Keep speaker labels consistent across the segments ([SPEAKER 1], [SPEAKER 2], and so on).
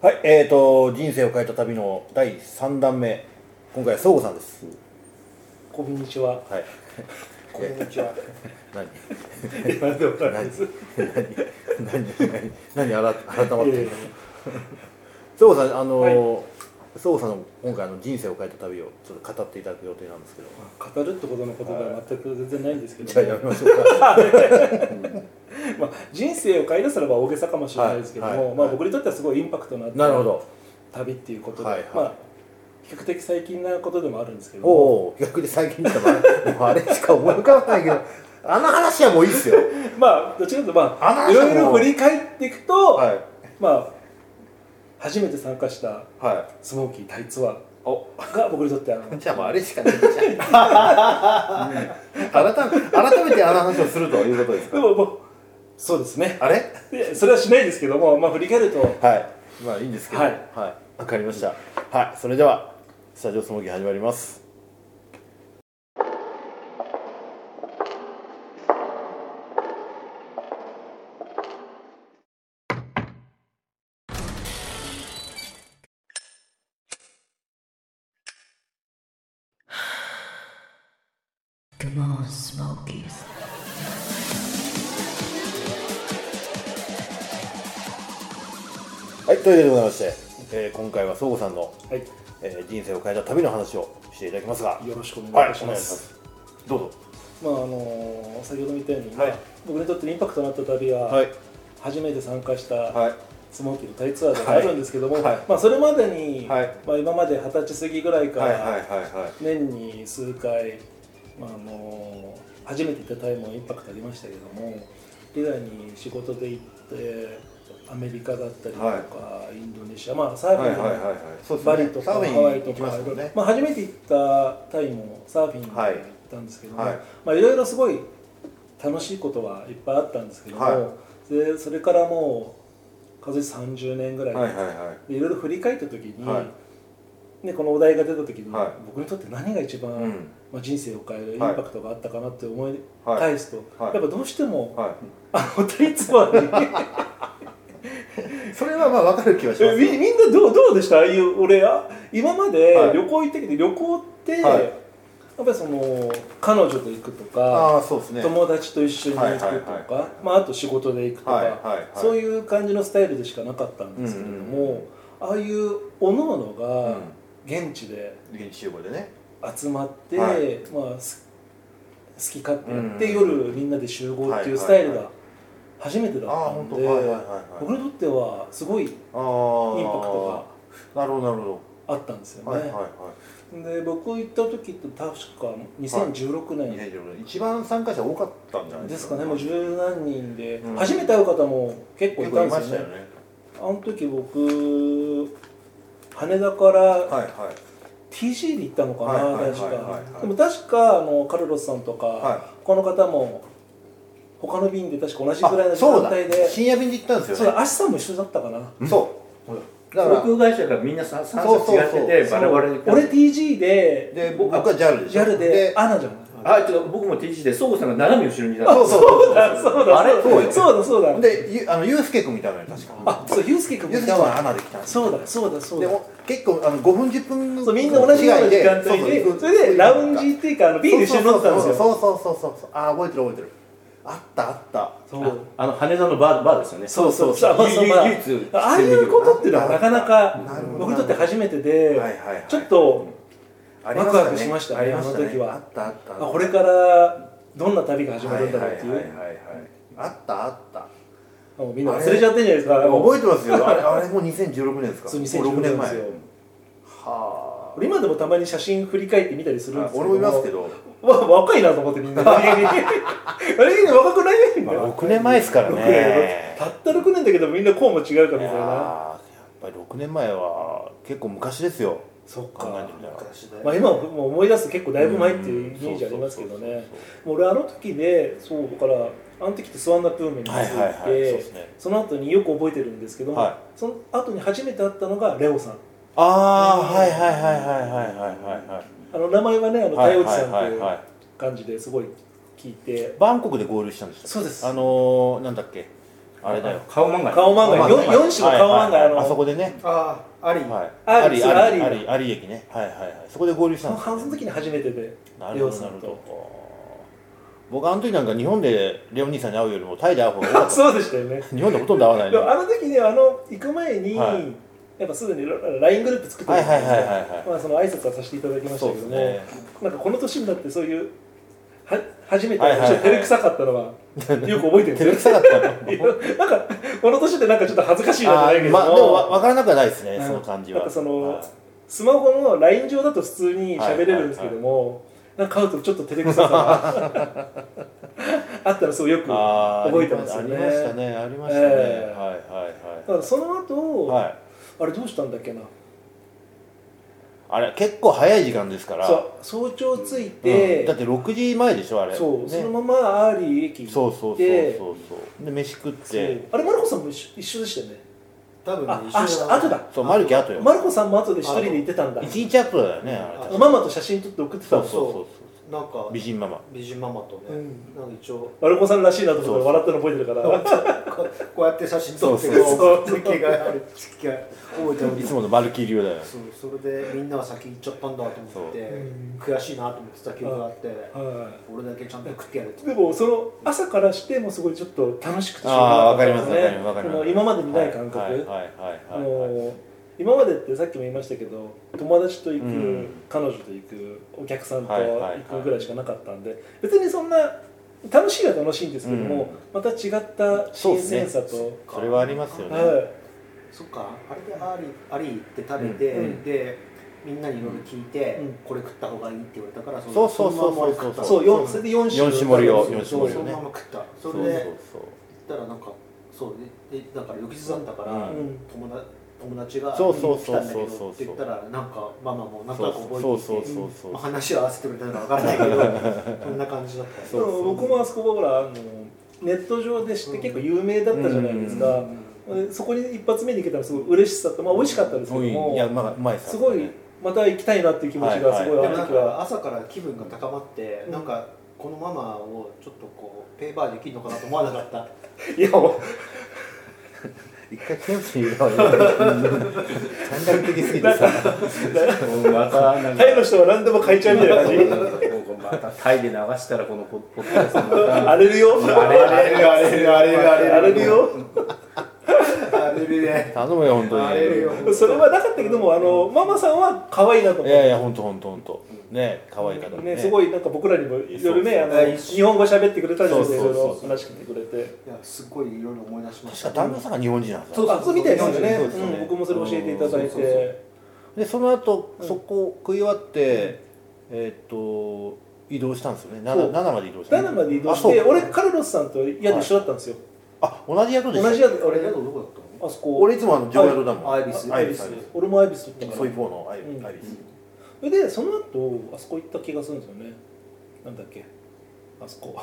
[SPEAKER 1] はい、えーと、人生を変えた旅の第3弾目、今回はそうごさんです。
[SPEAKER 2] こんに ちは。
[SPEAKER 1] はい。
[SPEAKER 2] こんにちは。
[SPEAKER 1] 何、
[SPEAKER 2] 今でもわかんないです。
[SPEAKER 1] 何、何、改改まっ
[SPEAKER 2] いやい
[SPEAKER 1] て
[SPEAKER 2] や。
[SPEAKER 1] そうごさん、あの
[SPEAKER 2] はい
[SPEAKER 1] ー、そうごさんの今回の人生を変えた旅をちょっと語っていただく予定なんですけど。
[SPEAKER 2] 語るってことのことでは全く全然ないんですけ
[SPEAKER 1] じゃあ
[SPEAKER 2] ど、
[SPEAKER 1] やめましょ うか。
[SPEAKER 2] まあ、人生を変えるすれば大げさかもしれないですけども、
[SPEAKER 1] はいはい
[SPEAKER 2] まあ、僕にとってはすごいインパクトのあった
[SPEAKER 1] なるほど。
[SPEAKER 2] 旅っていうことで、
[SPEAKER 1] はいはい
[SPEAKER 2] まあ、比較的最近なことでもあるんですけど
[SPEAKER 1] お
[SPEAKER 2] も
[SPEAKER 1] お、逆に最近だから、もうあれ しか思い浮かばないけど、あの話はもういいっすよ。
[SPEAKER 2] まあどっちかというと、ま
[SPEAKER 1] あの
[SPEAKER 2] あ、い
[SPEAKER 1] 話はもう
[SPEAKER 2] ろいろ振り返っていくと、
[SPEAKER 1] はい。
[SPEAKER 2] まあ、初めて参加した
[SPEAKER 1] は
[SPEAKER 2] スモーキータイツアー
[SPEAKER 1] い。お。
[SPEAKER 2] が僕にとってあの
[SPEAKER 1] じゃあもうあれしかないじゃん改め改めてあの話をするということです
[SPEAKER 2] でももうそうですね
[SPEAKER 1] あれ
[SPEAKER 2] でそれはしないですけども、まあ、振り返ると
[SPEAKER 1] はいまあいいんですけど
[SPEAKER 2] はい
[SPEAKER 1] わかりましたはいそれではスタジオスモーキー始まりますはいというわけでございまして、えー今回は総合さんの、
[SPEAKER 2] はい、
[SPEAKER 1] えー人生を変えた旅の話をしていただきますがはい
[SPEAKER 2] よろしくお
[SPEAKER 1] お
[SPEAKER 2] 願い
[SPEAKER 1] 願
[SPEAKER 2] い
[SPEAKER 1] い
[SPEAKER 2] た
[SPEAKER 1] し
[SPEAKER 2] しま。
[SPEAKER 1] ますすどうぞ
[SPEAKER 2] まああの先ほども言ったように、
[SPEAKER 1] はい
[SPEAKER 2] まあ僕にとってインパクトのあった旅は、
[SPEAKER 1] はい
[SPEAKER 2] 初めて参加した
[SPEAKER 1] はい
[SPEAKER 2] スモーキーのタイツアーではあるんですけども、
[SPEAKER 1] はいはい
[SPEAKER 2] まあ、それまでに、
[SPEAKER 1] はい
[SPEAKER 2] まあ、今まで二十歳過ぎぐらいか
[SPEAKER 1] はいはい
[SPEAKER 2] ら
[SPEAKER 1] は
[SPEAKER 2] 年に数回、まああの初めて行ったタイもインパクトありましたけども以外に仕事で行ってアメリカだったりとか、インドネシアまあサーフィンでも、
[SPEAKER 1] そうですね
[SPEAKER 2] バリとか
[SPEAKER 1] サ
[SPEAKER 2] ハ
[SPEAKER 1] ーフィン
[SPEAKER 2] ワイと
[SPEAKER 1] 行き
[SPEAKER 2] か
[SPEAKER 1] ましたもんね
[SPEAKER 2] まあ、初めて行ったタイもサーフィンで行ったんですけども、
[SPEAKER 1] はいい
[SPEAKER 2] まあ、いろいろすごい楽しいことはいっぱいあったんですけども、
[SPEAKER 1] は
[SPEAKER 2] でそれからもう数えて30年ぐらい、
[SPEAKER 1] はいはいはい
[SPEAKER 2] でいろいろ振り返った時に、
[SPEAKER 1] は
[SPEAKER 2] ね、このお題が出た時に、
[SPEAKER 1] はい
[SPEAKER 2] 僕にとって何が一番、
[SPEAKER 1] うん
[SPEAKER 2] まあ、人生を変えるイン
[SPEAKER 1] はい
[SPEAKER 2] パクトがあったかなって思い
[SPEAKER 1] はい
[SPEAKER 2] 返すと、
[SPEAKER 1] はい
[SPEAKER 2] やっぱどうしても、
[SPEAKER 1] は
[SPEAKER 2] あのタイツアーに
[SPEAKER 1] いそれはまあわかる気はしま
[SPEAKER 2] え
[SPEAKER 1] す
[SPEAKER 2] みみんなどうどうでしたああいう俺あ今まで
[SPEAKER 1] はい
[SPEAKER 2] 旅行行ってきて旅行って、
[SPEAKER 1] はい
[SPEAKER 2] やっぱりその彼女と行くとか、
[SPEAKER 1] ああそうですね
[SPEAKER 2] 友達と一緒に行くとか、
[SPEAKER 1] はいはいはいはい
[SPEAKER 2] まあ、あと仕事で行くとか、
[SPEAKER 1] はいはいはい
[SPEAKER 2] そういう感じのスタイルでしかなかったんですけれども、
[SPEAKER 1] うんうんうん
[SPEAKER 2] ああいうおのおのが
[SPEAKER 1] うん
[SPEAKER 2] 現地で
[SPEAKER 1] 現地集合でね
[SPEAKER 2] 集まって、
[SPEAKER 1] はい
[SPEAKER 2] まあ、す好き勝手やって、
[SPEAKER 1] うん
[SPEAKER 2] 夜みんなで集合っていう
[SPEAKER 1] はいはいはい
[SPEAKER 2] スタイルが初めてだ
[SPEAKER 1] ああ
[SPEAKER 2] った
[SPEAKER 1] 本
[SPEAKER 2] の
[SPEAKER 1] 当
[SPEAKER 2] で、
[SPEAKER 1] はいはいはいはい
[SPEAKER 2] 僕にとってはすごいイン
[SPEAKER 1] あ
[SPEAKER 2] パ
[SPEAKER 1] あ
[SPEAKER 2] クトが。
[SPEAKER 1] なるほどなるほ
[SPEAKER 2] あったんですよ
[SPEAKER 1] ど、
[SPEAKER 2] ね、
[SPEAKER 1] はいはいは
[SPEAKER 2] で僕行った時って確か2016
[SPEAKER 1] い2016
[SPEAKER 2] 年
[SPEAKER 1] 年一番参加者多かったんじゃない
[SPEAKER 2] ですかねもう十何人で、
[SPEAKER 1] うん
[SPEAKER 2] 初めて会う方も結構い
[SPEAKER 1] 結
[SPEAKER 2] た
[SPEAKER 1] 構い
[SPEAKER 2] ん
[SPEAKER 1] ま
[SPEAKER 2] で
[SPEAKER 1] し
[SPEAKER 2] す
[SPEAKER 1] た
[SPEAKER 2] よ
[SPEAKER 1] よ
[SPEAKER 2] ね
[SPEAKER 1] ね
[SPEAKER 2] あの時僕羽田から
[SPEAKER 1] はいはい
[SPEAKER 2] TG で行ったのかな、
[SPEAKER 1] はいはいはい
[SPEAKER 2] 確
[SPEAKER 1] はいはい
[SPEAKER 2] かでも確かあのカルロスさんとか、
[SPEAKER 1] はい
[SPEAKER 2] この方も他の便で確か同じ
[SPEAKER 1] あ
[SPEAKER 2] ぐらいの時
[SPEAKER 1] そう
[SPEAKER 2] 間
[SPEAKER 1] だ
[SPEAKER 2] 帯で
[SPEAKER 1] 深夜便で行ったんです
[SPEAKER 2] そう
[SPEAKER 1] よ
[SPEAKER 2] だ
[SPEAKER 1] ね
[SPEAKER 2] アシさんも一緒だったかな
[SPEAKER 1] そうだから
[SPEAKER 3] 航空会社がみんなさ3社違っててバラバラに
[SPEAKER 2] そう俺 TG で
[SPEAKER 1] で僕は JAL でしょ
[SPEAKER 2] JAL でアナじゃない
[SPEAKER 3] あちょっと僕も TG で総合さんが斜め後ろにいた
[SPEAKER 1] そうそうそう
[SPEAKER 2] あそうだ
[SPEAKER 1] あれそうよ
[SPEAKER 2] そうだそうだ
[SPEAKER 1] でゆあのユうスケ君みたいなのよ確か
[SPEAKER 2] あそうユウスケ君
[SPEAKER 1] ユ
[SPEAKER 2] も
[SPEAKER 1] うス
[SPEAKER 2] い
[SPEAKER 1] ケ
[SPEAKER 2] た
[SPEAKER 1] 君はア
[SPEAKER 2] わ
[SPEAKER 1] ナで来たんですよ
[SPEAKER 2] そうだそうだそう
[SPEAKER 1] で
[SPEAKER 2] だ
[SPEAKER 1] も結構あの5分10分
[SPEAKER 2] そうみんな同じような時間
[SPEAKER 1] そう
[SPEAKER 2] 帯で
[SPEAKER 1] そう
[SPEAKER 2] それでラウンジっていうかあのビール一緒に飲んでたんです
[SPEAKER 1] そ
[SPEAKER 2] よ
[SPEAKER 1] うそうそうそうそうああ覚えてる覚えてるあったあった
[SPEAKER 2] そう
[SPEAKER 3] あの羽田のバーバーですよね
[SPEAKER 2] そうそうそう
[SPEAKER 3] そう
[SPEAKER 2] そう
[SPEAKER 3] 唯
[SPEAKER 2] まあ
[SPEAKER 3] 唯一
[SPEAKER 2] ああいうことっていうのはなかなか
[SPEAKER 1] なるほど
[SPEAKER 2] 僕にとって初めてで
[SPEAKER 1] はいはいはい
[SPEAKER 2] ちょっと
[SPEAKER 1] あ
[SPEAKER 2] ワクワクしましたね
[SPEAKER 1] ありましたね
[SPEAKER 2] あの時は
[SPEAKER 1] あったあった
[SPEAKER 2] あこれからどんな旅が始まるんだろうってい
[SPEAKER 1] はいはいうはいはいはいあったあった
[SPEAKER 2] もうみんな忘れちゃってんじゃないですかもう
[SPEAKER 1] 覚えてますよあ れあれもう2016年ですか
[SPEAKER 2] そう
[SPEAKER 1] もう
[SPEAKER 2] 2016
[SPEAKER 1] 6
[SPEAKER 2] 年
[SPEAKER 1] 年
[SPEAKER 2] で
[SPEAKER 1] 前
[SPEAKER 2] すよ
[SPEAKER 1] は
[SPEAKER 2] 俺今でもたまに写真振り返ってみたりするんで
[SPEAKER 1] あ
[SPEAKER 2] すけど
[SPEAKER 1] 俺もいますけど
[SPEAKER 2] わ若いなと思ってみんな あれ若くないんだよ
[SPEAKER 1] 年前ですから
[SPEAKER 2] 六年 たった6年だけどみんなこうも違うかみ
[SPEAKER 1] い
[SPEAKER 2] た
[SPEAKER 1] やー
[SPEAKER 2] いな
[SPEAKER 1] やっぱり6年前は結構昔ですよ
[SPEAKER 2] そっ
[SPEAKER 1] 考え
[SPEAKER 2] か
[SPEAKER 1] てみたら
[SPEAKER 2] まあ、今も思い出すと結構だいぶ前っていうイメージありますけど
[SPEAKER 1] うん
[SPEAKER 2] ねもう俺あの時でそうだからあの時ってスワンナプーメンにつ
[SPEAKER 1] はいはい
[SPEAKER 2] い
[SPEAKER 1] はいそうで
[SPEAKER 2] て
[SPEAKER 1] すね
[SPEAKER 2] その後によく覚えてるんですけども、
[SPEAKER 1] は
[SPEAKER 2] その後に初めて会ったのがレオさん
[SPEAKER 1] ああーはいはいはいはいはいはいはい
[SPEAKER 2] あの名前はねあの
[SPEAKER 1] はい
[SPEAKER 2] 太陽寺さん
[SPEAKER 1] はい
[SPEAKER 2] とい
[SPEAKER 1] はいうは
[SPEAKER 2] 感じですごい聞いて
[SPEAKER 1] バンコクで合流したんですよ
[SPEAKER 2] そうです
[SPEAKER 1] あのー、なんだっけあれだよ顔漫画
[SPEAKER 2] 顔漫画
[SPEAKER 1] よ
[SPEAKER 2] よ四種の顔漫画あの
[SPEAKER 1] あそこでね
[SPEAKER 4] ああ あり、
[SPEAKER 1] はい
[SPEAKER 2] あ
[SPEAKER 1] あ
[SPEAKER 2] り
[SPEAKER 1] り
[SPEAKER 2] あ
[SPEAKER 1] あ
[SPEAKER 2] り
[SPEAKER 1] りありあり駅ねはいはいはいそこで合流したんですよ
[SPEAKER 2] 半の時に初めてで
[SPEAKER 1] な
[SPEAKER 2] レ
[SPEAKER 1] る
[SPEAKER 2] オ
[SPEAKER 1] ほど
[SPEAKER 2] さ
[SPEAKER 1] なんるほ
[SPEAKER 2] と
[SPEAKER 1] ど僕あの時なんか日本でレオ兄さんに会うよりもタイで会う方が多かった
[SPEAKER 2] そうでしたよね
[SPEAKER 1] 日本でほとんど会わない
[SPEAKER 2] で
[SPEAKER 1] ね
[SPEAKER 2] も
[SPEAKER 1] は
[SPEAKER 2] あの時ねあの行く前に、
[SPEAKER 1] はい
[SPEAKER 2] やっぱすでに LINE グループ作って
[SPEAKER 1] いはいはいはい
[SPEAKER 2] い
[SPEAKER 1] は
[SPEAKER 2] まあその挨拶はさせていただき
[SPEAKER 1] い
[SPEAKER 2] ました
[SPEAKER 1] そう
[SPEAKER 2] け
[SPEAKER 1] で
[SPEAKER 2] ど
[SPEAKER 1] す
[SPEAKER 2] も、
[SPEAKER 1] ね
[SPEAKER 2] なんかこの年になってそういうは初めて
[SPEAKER 1] はいはいはい
[SPEAKER 2] ちょっと照れくさかったのはよく覚えてるんです
[SPEAKER 1] 照
[SPEAKER 2] よ
[SPEAKER 1] れくさかったの
[SPEAKER 2] いやなんかこの年でなんかちょっと恥ずかしいなじゃ
[SPEAKER 1] あ
[SPEAKER 2] ないけ
[SPEAKER 1] ー
[SPEAKER 2] ど
[SPEAKER 1] まあでもわ分からなくはないですね
[SPEAKER 2] うん
[SPEAKER 1] その感じ
[SPEAKER 2] やっ
[SPEAKER 1] は
[SPEAKER 2] ぱその
[SPEAKER 1] はい
[SPEAKER 2] スマホの LINE 上だと普通に喋れるんですけども、なんか買うとちょっと照れくささが あったらそうよく
[SPEAKER 1] あー
[SPEAKER 2] 覚えてますよね
[SPEAKER 1] ありましたねありましたねはい
[SPEAKER 2] ええだ
[SPEAKER 1] はい
[SPEAKER 2] からその後、
[SPEAKER 1] はいはい
[SPEAKER 2] あれどうしたんだっけな
[SPEAKER 1] あれ結構早い時間ですから
[SPEAKER 2] そう早朝着いて、
[SPEAKER 1] うんだって6時前でしょあれ
[SPEAKER 2] そう、
[SPEAKER 1] ね
[SPEAKER 2] そのままアーリー駅行って
[SPEAKER 1] そうそうそうそうそうで飯食っ
[SPEAKER 2] そう
[SPEAKER 1] て
[SPEAKER 2] あれマルコさんも一緒一緒でしたよね
[SPEAKER 4] 多分
[SPEAKER 2] あ
[SPEAKER 4] ね、
[SPEAKER 2] あ
[SPEAKER 4] 一緒
[SPEAKER 2] 後だ
[SPEAKER 1] そうマルキ後よ
[SPEAKER 2] マルコさんも後で一人で行ってたんだ
[SPEAKER 1] 一日後だよねあれ
[SPEAKER 4] あ
[SPEAKER 1] 確か
[SPEAKER 2] ママと写真撮って送ってた
[SPEAKER 1] そ
[SPEAKER 2] の
[SPEAKER 1] うそうそう
[SPEAKER 4] なんか
[SPEAKER 1] そう美人ママ
[SPEAKER 4] 美人ママと
[SPEAKER 2] う
[SPEAKER 4] ね、
[SPEAKER 2] ん
[SPEAKER 4] なんか一応
[SPEAKER 2] マルコさんらしいなと思って笑ったの覚えてるから
[SPEAKER 4] こうこうやって写真撮って
[SPEAKER 1] そう
[SPEAKER 2] そう
[SPEAKER 4] こう気がある気が覚えてる
[SPEAKER 1] いつものマルキ流だよ
[SPEAKER 4] そうそれでみんなは先行っちゃったんだと思って
[SPEAKER 2] うん
[SPEAKER 4] 悔しいなと思ってた記憶があって
[SPEAKER 2] は
[SPEAKER 4] 俺だけちゃんと食ってやるって
[SPEAKER 2] いでもその朝からしてもすごいちょっと楽しくてしょう
[SPEAKER 1] ああ
[SPEAKER 2] が
[SPEAKER 1] 分かり
[SPEAKER 2] なか
[SPEAKER 1] ま
[SPEAKER 2] っ
[SPEAKER 1] す
[SPEAKER 2] た
[SPEAKER 1] 分
[SPEAKER 2] で
[SPEAKER 1] かり
[SPEAKER 2] す
[SPEAKER 1] ます分かり
[SPEAKER 2] そ
[SPEAKER 1] ま
[SPEAKER 2] の
[SPEAKER 1] す
[SPEAKER 2] 今までにない感覚、
[SPEAKER 1] はいはいはい
[SPEAKER 2] あ
[SPEAKER 1] はいはい
[SPEAKER 2] の今までってさっきも言いましたけど友達と行く、
[SPEAKER 1] うん
[SPEAKER 2] 彼女と行くお客さんと
[SPEAKER 1] はいはいは
[SPEAKER 2] 行
[SPEAKER 1] い
[SPEAKER 2] くぐらいしかなかったんで、別にそんな楽しいは楽しいんですけども、また違った
[SPEAKER 1] そう
[SPEAKER 2] 新
[SPEAKER 1] ですね
[SPEAKER 2] 鮮さと、
[SPEAKER 1] それはありますよね
[SPEAKER 2] はい
[SPEAKER 4] そっかあれでアーリーアリーって食べて、
[SPEAKER 2] うんうん
[SPEAKER 4] でみんなにいろいろ聞いて、
[SPEAKER 2] うん
[SPEAKER 4] これ食った方がいいって言われたから
[SPEAKER 1] そうそうそうそう
[SPEAKER 4] そのまんま食った
[SPEAKER 2] そうよそれで4種
[SPEAKER 1] 四種盛りを
[SPEAKER 2] そう
[SPEAKER 1] 四
[SPEAKER 2] そ
[SPEAKER 1] 種盛
[SPEAKER 2] う
[SPEAKER 1] り
[SPEAKER 4] そ
[SPEAKER 1] を
[SPEAKER 4] の
[SPEAKER 1] ね
[SPEAKER 4] まま食った
[SPEAKER 1] そ
[SPEAKER 4] そうれ
[SPEAKER 1] そう
[SPEAKER 4] で
[SPEAKER 1] そう
[SPEAKER 4] 行ったらなんかそうででだから翌日なんだから、
[SPEAKER 1] うん
[SPEAKER 4] 友達友達が
[SPEAKER 1] そうそうそう
[SPEAKER 4] 見に来たんだけどって言ったらなんかママもなんとなく覚えていて
[SPEAKER 1] そうそうそうそう
[SPEAKER 4] まあ、話を合わせてくれたのかわからないけどそんな感じだった
[SPEAKER 1] そうそう
[SPEAKER 2] 僕もあそこほらあのネット上で知って結構有名だったじゃないですか、でそこに一発目に行けたらすごい嬉しさとまあ美味しかったですけ
[SPEAKER 1] そ
[SPEAKER 2] ど
[SPEAKER 1] う
[SPEAKER 2] も
[SPEAKER 1] いやうまいうまいっす
[SPEAKER 2] すごいまた行きたいなっていう気持ちがすごい
[SPEAKER 4] で
[SPEAKER 2] あの
[SPEAKER 4] もなん
[SPEAKER 2] 時
[SPEAKER 4] か
[SPEAKER 2] は
[SPEAKER 4] 朝から気分が高まって、
[SPEAKER 2] うん
[SPEAKER 4] なんかこのママをちょっとこうペーバーできるのかなと思わなかった
[SPEAKER 2] いやも
[SPEAKER 1] 一回ケンチ言う よチャンダル的すぎてさ
[SPEAKER 3] もうまたな
[SPEAKER 2] うん
[SPEAKER 3] か
[SPEAKER 2] タイの人は何でも買いちゃうみたいな感じ
[SPEAKER 3] もうまたタイで流したらこのポポッドキャストまた
[SPEAKER 2] 荒れるよ
[SPEAKER 3] あれあれ
[SPEAKER 4] るあれるあれるあ
[SPEAKER 2] 荒れるよ
[SPEAKER 4] あれるね
[SPEAKER 1] 頼むよ本当に
[SPEAKER 4] あれるよ
[SPEAKER 2] それはなかったけどもあのママさんは可愛いな
[SPEAKER 1] い
[SPEAKER 2] と思って
[SPEAKER 1] やいや、本当本当本当。ね、可愛い方
[SPEAKER 2] ねすごいなんか僕らにもいろいろねあ
[SPEAKER 4] そうそう
[SPEAKER 2] の日本語喋ってくれたりとか
[SPEAKER 1] そう
[SPEAKER 2] い
[SPEAKER 1] そ
[SPEAKER 2] ろ
[SPEAKER 1] う
[SPEAKER 2] い
[SPEAKER 1] そう
[SPEAKER 2] ろ話してくれて
[SPEAKER 4] いやすっごいいろいろ思い出しまし
[SPEAKER 1] 確か
[SPEAKER 4] た
[SPEAKER 1] 旦那さんが日本人なんです
[SPEAKER 2] そうあそうみたいですよね
[SPEAKER 1] そうですよね
[SPEAKER 2] うん僕もそれ教えていただい
[SPEAKER 4] そうそうそう
[SPEAKER 2] て
[SPEAKER 1] で、その後、
[SPEAKER 2] うん
[SPEAKER 1] そこ食い終わって、えーっと、移動したんですよね。七
[SPEAKER 2] そう
[SPEAKER 1] 七まで移動した。
[SPEAKER 2] ダナまで移動
[SPEAKER 1] あ
[SPEAKER 2] し
[SPEAKER 1] そう
[SPEAKER 2] て俺カルロスさんと宿一緒だったんですよ
[SPEAKER 1] あ、同じ宿でした。
[SPEAKER 2] 同じ宿
[SPEAKER 4] 俺
[SPEAKER 2] 俺
[SPEAKER 4] 宿
[SPEAKER 2] あ
[SPEAKER 4] どこだったの
[SPEAKER 2] そこ
[SPEAKER 1] 俺いつもあの、上宿だもん。
[SPEAKER 4] アイビス
[SPEAKER 1] ア
[SPEAKER 2] ア
[SPEAKER 1] イ
[SPEAKER 2] イ
[SPEAKER 1] ビ
[SPEAKER 2] ビ
[SPEAKER 1] ス
[SPEAKER 2] ス俺もアイビス取ったか
[SPEAKER 1] ソイ
[SPEAKER 2] ら
[SPEAKER 1] フォーのアイビ
[SPEAKER 2] うん
[SPEAKER 1] スアイビス。
[SPEAKER 2] それでその後あそこ行った気がするんですよねなんだっけあそこ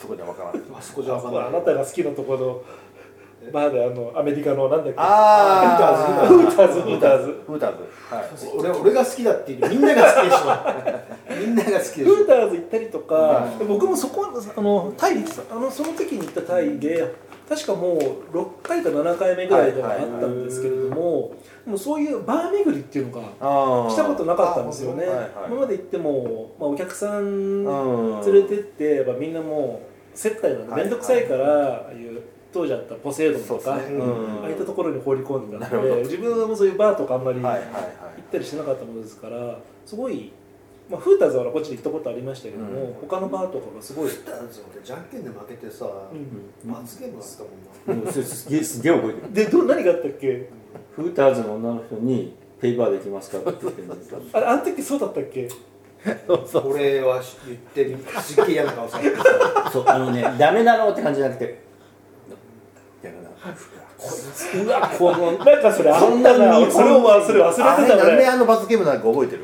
[SPEAKER 1] そこでわからない。
[SPEAKER 4] あそこじゃ
[SPEAKER 2] あ
[SPEAKER 4] わ
[SPEAKER 2] そ
[SPEAKER 4] か
[SPEAKER 2] こ
[SPEAKER 4] んない
[SPEAKER 2] はあなたが好きなところのバーであのアメリカのなんだっけ
[SPEAKER 1] あ
[SPEAKER 2] フーターズフ
[SPEAKER 1] フ
[SPEAKER 2] ー
[SPEAKER 1] ー
[SPEAKER 2] タ
[SPEAKER 1] ター
[SPEAKER 2] ーズ
[SPEAKER 1] ズ。フーターズ。はい。
[SPEAKER 4] 俺俺が好きだっていうよりみんなが好きでしょみんなが好きでし
[SPEAKER 2] フー
[SPEAKER 4] ょ
[SPEAKER 2] ターズ行ったりとか
[SPEAKER 4] うん
[SPEAKER 2] で僕もそこあのタイに行ってたあのその時に行ったタイで確かもう6回か7回目ぐらいではあったんですけれども、でもそういうバー巡りっていうのが
[SPEAKER 1] ああ。
[SPEAKER 2] したことなかったんですよね、
[SPEAKER 1] あーはいはい
[SPEAKER 2] 今まで行っても、まあ、お客さん
[SPEAKER 1] うん。
[SPEAKER 2] 連れてってやっぱみんなもう接待なんで面倒くさいから、ああいう当時あったポセイドンとか、
[SPEAKER 1] そうですねうん
[SPEAKER 2] ああいったところに放り込んでた
[SPEAKER 1] な
[SPEAKER 2] の
[SPEAKER 1] るほ
[SPEAKER 2] で
[SPEAKER 1] ど
[SPEAKER 2] 自分はもうそういうバーとかあんまり
[SPEAKER 1] はいはい
[SPEAKER 2] 行
[SPEAKER 1] は
[SPEAKER 2] ったりしてなかったものですからすごい、まあ、フーターズはこっちで行ったことありましたけども、
[SPEAKER 1] うん
[SPEAKER 2] 他のバーとかがすごい、
[SPEAKER 4] フーターズ俺じゃんけんで負けてさ、
[SPEAKER 2] うん
[SPEAKER 4] 罰ゲームだったもんな、
[SPEAKER 3] いもうすすげえすげえ覚えて
[SPEAKER 2] で
[SPEAKER 3] る
[SPEAKER 2] ど何があったっけ
[SPEAKER 3] フーターズの女の人にペーパーできますかって言ってるんですよ
[SPEAKER 2] あれあの時そうだったっけ
[SPEAKER 4] 俺は言ってるすっげえ嫌な顔されてさ
[SPEAKER 3] そうあのねダメだろうって感じじゃなくてやるなうわこの
[SPEAKER 2] なんかそれあ
[SPEAKER 3] そ
[SPEAKER 2] ん
[SPEAKER 3] ん
[SPEAKER 2] た
[SPEAKER 3] な
[SPEAKER 2] な
[SPEAKER 3] に
[SPEAKER 2] 俺それを忘れ忘
[SPEAKER 1] あ
[SPEAKER 2] れ
[SPEAKER 1] れ
[SPEAKER 2] てた
[SPEAKER 1] なんで
[SPEAKER 2] 俺
[SPEAKER 1] あの罰ゲームなんか覚えてる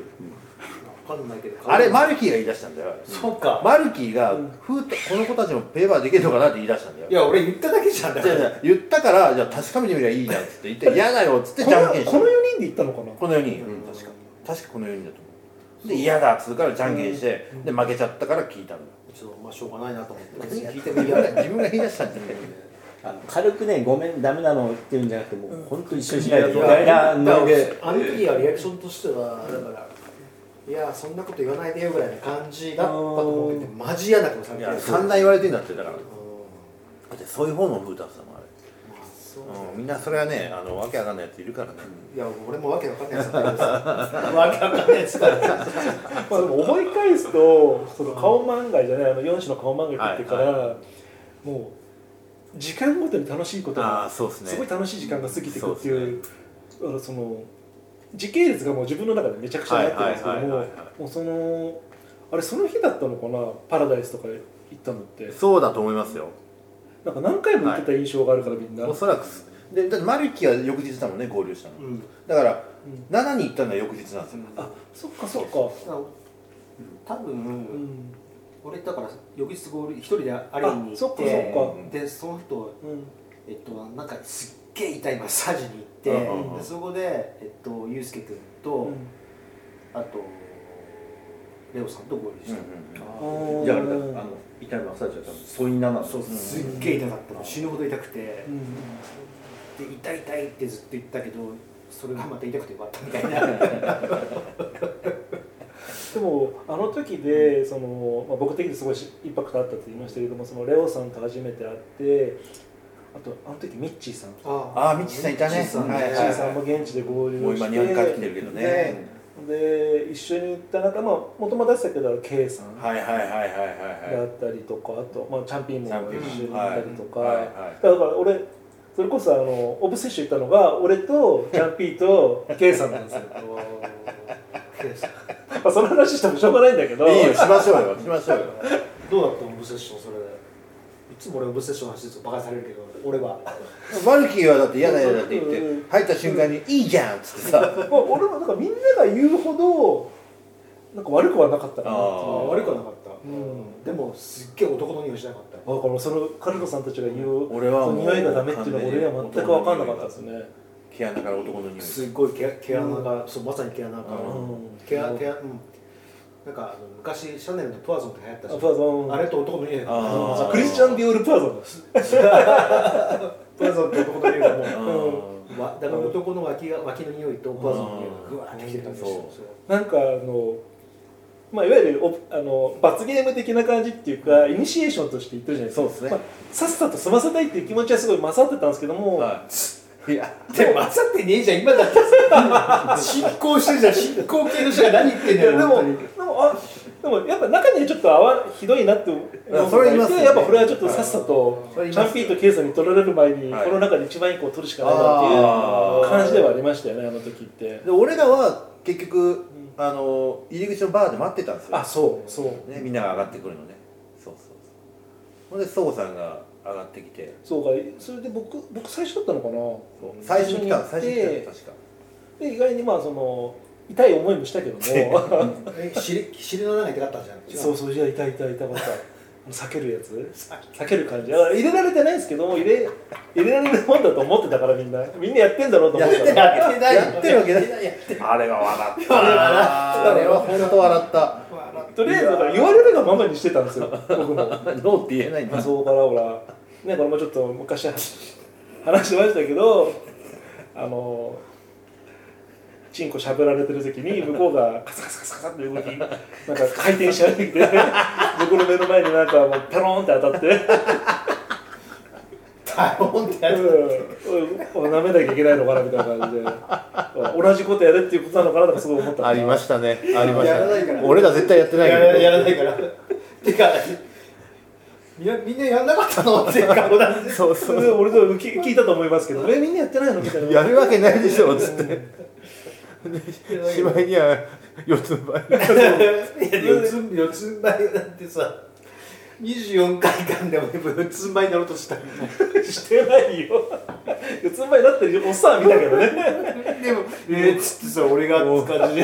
[SPEAKER 4] わかんないけど
[SPEAKER 1] あれマルキーが言い出したんだよあれ
[SPEAKER 4] そうか
[SPEAKER 1] マルキーが
[SPEAKER 2] うん
[SPEAKER 1] フータこの子たちもペーパーできるのかなって言い出したんだよ
[SPEAKER 4] いや俺言っただけじゃんだ
[SPEAKER 1] じゃあじゃあ言ったからじゃあ確かめてみりゃいいじゃんっつって言って嫌だよっつって
[SPEAKER 2] こ
[SPEAKER 1] じゃんけん
[SPEAKER 2] の
[SPEAKER 1] した
[SPEAKER 2] この4人で行ったのかな
[SPEAKER 1] この4人、うん、確か確かこの4人だと思うで嫌だっつうからじゃんけんして、で負けちゃったから聞いたんだ
[SPEAKER 4] ちょっとまあしょうがないなと思って
[SPEAKER 1] 別に聞いても嫌だ自分が言い出したんじゃない
[SPEAKER 3] あの軽くねごめんダメなのって言うんじゃなくてもう本当一緒にしない
[SPEAKER 2] や
[SPEAKER 3] と
[SPEAKER 2] い
[SPEAKER 3] みたいな
[SPEAKER 2] や
[SPEAKER 3] ので
[SPEAKER 4] あの時はリアクションとしてはだから「いやそんなこと言わないでよ」ぐらいな感じだったと思うけどマジ嫌な顔され
[SPEAKER 1] い
[SPEAKER 4] てる
[SPEAKER 1] や散々言われてんだってだから
[SPEAKER 4] うん
[SPEAKER 1] だってそういう方のブータンさんもあれ、
[SPEAKER 4] まあそう
[SPEAKER 1] うん、みんなそれはねあのわけわかんないやついるからね、
[SPEAKER 4] いや俺もわけわかんないやつだったけどさ
[SPEAKER 2] わけわかんないですから、まあ、でも思い返すとその顔漫画じゃないあの4種の顔漫画ってから、
[SPEAKER 1] はい
[SPEAKER 2] もう時間ごとに楽しいこと
[SPEAKER 1] ああ
[SPEAKER 2] が
[SPEAKER 1] そうですね
[SPEAKER 2] すごい楽しい時間が過ぎていくって
[SPEAKER 1] そう
[SPEAKER 2] いうあのその時系列がもう自分の中でめちゃくちゃになってるんですけど
[SPEAKER 1] はい
[SPEAKER 2] も
[SPEAKER 1] はいはいはい
[SPEAKER 2] もうそのあれその日だったのかなパラダイスとか行ったのって
[SPEAKER 1] そうだと思いますよ
[SPEAKER 2] なんか何回も行ってた印象があるからみんな、
[SPEAKER 1] おそらくでだってマルキは翌日だもんね合流したの、
[SPEAKER 4] うん
[SPEAKER 1] だから
[SPEAKER 2] うん
[SPEAKER 1] 7に行ったのは翌日なんですよ、
[SPEAKER 2] あそっかそっか
[SPEAKER 4] 多
[SPEAKER 2] う
[SPEAKER 4] 分
[SPEAKER 2] ん
[SPEAKER 4] 俺だから翌日ゴール一人でアリに
[SPEAKER 2] あそ
[SPEAKER 4] 行
[SPEAKER 2] っかそ
[SPEAKER 4] って
[SPEAKER 2] っか
[SPEAKER 4] でその人
[SPEAKER 2] うん
[SPEAKER 4] えっとなんかすっげえ痛いマッサージに行って
[SPEAKER 1] うんうんうん
[SPEAKER 4] でそこでえっとユうスケ君と
[SPEAKER 2] うん
[SPEAKER 4] あとレオさんと合流した
[SPEAKER 2] うん
[SPEAKER 3] だからあの痛みマッサージは多分そういうなの
[SPEAKER 4] そう
[SPEAKER 3] うん
[SPEAKER 4] すっげえ痛かったの死ぬほど痛くて
[SPEAKER 2] うん
[SPEAKER 4] で痛い痛いってずっと言ったけどそれがまた痛くてよかったみた いな
[SPEAKER 2] でもあの時でその、まあ、僕的にすごいしインパクトあったと言いましたけどもそのレオさんと初めて会ってあとあの時ミッチーさん、
[SPEAKER 1] ああミッチーさんいたね
[SPEAKER 4] ミッチーさん
[SPEAKER 1] はいはい
[SPEAKER 2] ミッチーさんも現地で合流して
[SPEAKER 1] もう今に回来てるけどね
[SPEAKER 2] で一緒に行った仲間もともと出してたけど K さんだ
[SPEAKER 1] はいはいはいはいはいは
[SPEAKER 2] っ
[SPEAKER 1] い
[SPEAKER 2] たりとか、あと、まあ、チャンピオンも一緒に行ったりとか、
[SPEAKER 1] はいはい
[SPEAKER 2] だから俺それこそあのオブセッション行ったのが俺とチャンピーと K さんなんで すよ、まあ、その話してもしょうがないんだけど
[SPEAKER 1] いいよしましょうよしましょうよ
[SPEAKER 4] どうだったのオブセッションそれいつも俺オブセッションの話ですとバカにされるけど俺は
[SPEAKER 1] マルキーはだって嫌だ嫌だって言って入った瞬間に「いいじゃん」っつって さ
[SPEAKER 2] まあ、俺もなんかみんなが言うほどなんか悪くはなかったかな
[SPEAKER 1] あー
[SPEAKER 4] 悪くはなかった、
[SPEAKER 2] ん
[SPEAKER 4] でもすっげえ男の匂いしなかった
[SPEAKER 2] だからそのカルロさんたちが言う
[SPEAKER 1] 俺は
[SPEAKER 2] そ
[SPEAKER 1] も
[SPEAKER 2] の
[SPEAKER 1] う
[SPEAKER 2] 匂いがダメっていうのは俺には全く分かんなかったですね、
[SPEAKER 1] 毛穴から男の匂い
[SPEAKER 4] すっごい毛毛穴が、そうまさに毛穴が、
[SPEAKER 2] うん
[SPEAKER 4] 毛穴毛穴うんなんかあの昔シャネルのプアゾンって流行ったじゃん
[SPEAKER 2] あプアゾン
[SPEAKER 4] あれと男の匂いが
[SPEAKER 1] あー
[SPEAKER 2] クリスチャン・ディオール・プアゾンです
[SPEAKER 4] プアゾンと男の匂いがも
[SPEAKER 1] あ
[SPEAKER 4] う
[SPEAKER 1] ー
[SPEAKER 4] わだから男の脇が脇の匂いとプアゾンの匂いがぐわーってきてたんですよ
[SPEAKER 1] うん
[SPEAKER 4] そう
[SPEAKER 2] なんかあのまあ、いわゆるおあの罰ゲーム的な感じっていうか、イニシエーションとして言ってるじゃないですか
[SPEAKER 1] そうですね
[SPEAKER 2] まあ、さっさと済ませたいっていう気持ちはすごい勝ってたんですけども、
[SPEAKER 1] はいいや
[SPEAKER 4] でも混ざってねえじゃん今だって進行してるじゃん進行形の人が何言って
[SPEAKER 2] い
[SPEAKER 4] んだ
[SPEAKER 2] や
[SPEAKER 4] よ
[SPEAKER 2] でも
[SPEAKER 4] 本当
[SPEAKER 2] で
[SPEAKER 4] に
[SPEAKER 2] もあでもやっぱ中にはちょっとあわひどいなって思う
[SPEAKER 1] やそれ言いますよね
[SPEAKER 2] やっぱこれはちょっとさっさとチ
[SPEAKER 1] それ言い
[SPEAKER 2] ャ
[SPEAKER 1] ま
[SPEAKER 2] ン
[SPEAKER 1] す
[SPEAKER 2] ピ
[SPEAKER 1] よ
[SPEAKER 2] ーとケイさんに取られる前に、
[SPEAKER 1] はい
[SPEAKER 2] この中で一番いい子を取るしかないなっていう感じではありましたよねあの時って
[SPEAKER 1] で俺らは結局あの入り口のバーで待ってたんですよ
[SPEAKER 2] あそうそう
[SPEAKER 1] ね、みんなが上がってくるのねそうそうそうほんでそごさんが上がってきて
[SPEAKER 2] そうかそれで僕僕最初だったのかな
[SPEAKER 1] そう最初に来たの最初に来た
[SPEAKER 2] で
[SPEAKER 1] の確か
[SPEAKER 2] で意外にまあその痛い思いもしたけ ども
[SPEAKER 4] え尻尻の中痛かったんじゃん違
[SPEAKER 2] そうそういや痛い痛い痛かったあの避けるやつ避ける感じだから入れられてないんですけども入れ入れられるもんだと思ってたからみんなみんなやってんだろうと思ってたから
[SPEAKER 1] やってないやってるわけないあれは笑ったあれは本当笑った
[SPEAKER 2] とりあえずだから言われるがままにしてたんですよ僕 も
[SPEAKER 1] ノーって言えないんだ
[SPEAKER 2] そうからほらねこれもちょっと昔は話してましたけどあのチンコしゃぶられてる時に向こうがカサカサカサカサって動きなんか回転し始めて僕の目の前になんかもうペロンって当たって
[SPEAKER 4] あ本当や
[SPEAKER 2] うんうん舐めなきゃいけないのかなみたいな感じで同じことやれっていうことなのかなとかすごい思った
[SPEAKER 5] ありましたねありまし
[SPEAKER 4] やら
[SPEAKER 5] た
[SPEAKER 4] な
[SPEAKER 5] ね
[SPEAKER 4] いから
[SPEAKER 5] 俺ら絶対やってないけ
[SPEAKER 4] や
[SPEAKER 5] ど
[SPEAKER 4] らやらないからてかみんなみんなやんなかったのっていう顔だね
[SPEAKER 5] そう
[SPEAKER 2] そ
[SPEAKER 5] そ
[SPEAKER 2] れ
[SPEAKER 5] う
[SPEAKER 2] で俺と聞聞いたと思いますけどえみんなやってないのみたいな
[SPEAKER 5] やるわけないでしょつってしまいには四つん這い
[SPEAKER 4] いや四つ四つん這いなんてさ24回間でも四つん這いになろうとした
[SPEAKER 2] してないよ四つん這いになってるおっさん見たけどね
[SPEAKER 4] でもえーっつってさ俺がって感じ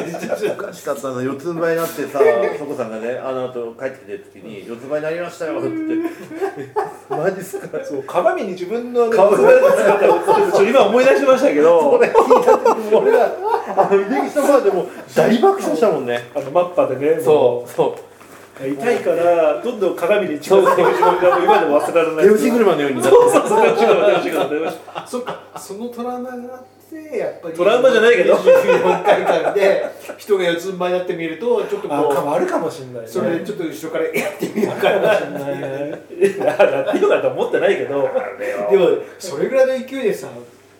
[SPEAKER 4] で
[SPEAKER 1] おかしかったな四つん這いになってさそこさんがねあの後帰ってきてる時に「四つん這いになりましたよ」って「マジっすか?」
[SPEAKER 2] そう鏡に自分の顔が映ってる今思い出しましたけど
[SPEAKER 1] 俺らあの入り口のバーでも大爆笑したもんね
[SPEAKER 2] あのマッパでね
[SPEAKER 1] そうそう
[SPEAKER 2] 痛いからどんどん鏡で近づいてくる自分がもう今でも忘れられない
[SPEAKER 1] 手打ち車のようになって
[SPEAKER 2] そうそうそう手打ち車手打ち車
[SPEAKER 4] そっかそのトラウマがあってやっぱり
[SPEAKER 2] トラウマじゃないけど
[SPEAKER 4] 24回間で人が四つん這いになってみるとちょっと
[SPEAKER 2] あ
[SPEAKER 4] こ
[SPEAKER 2] あるかもしれないうね
[SPEAKER 4] それでちょっと後ろからやってみようかな
[SPEAKER 2] かもしんないねいややってよかとは思ってないけど
[SPEAKER 4] でもそれぐらいの勢いでさ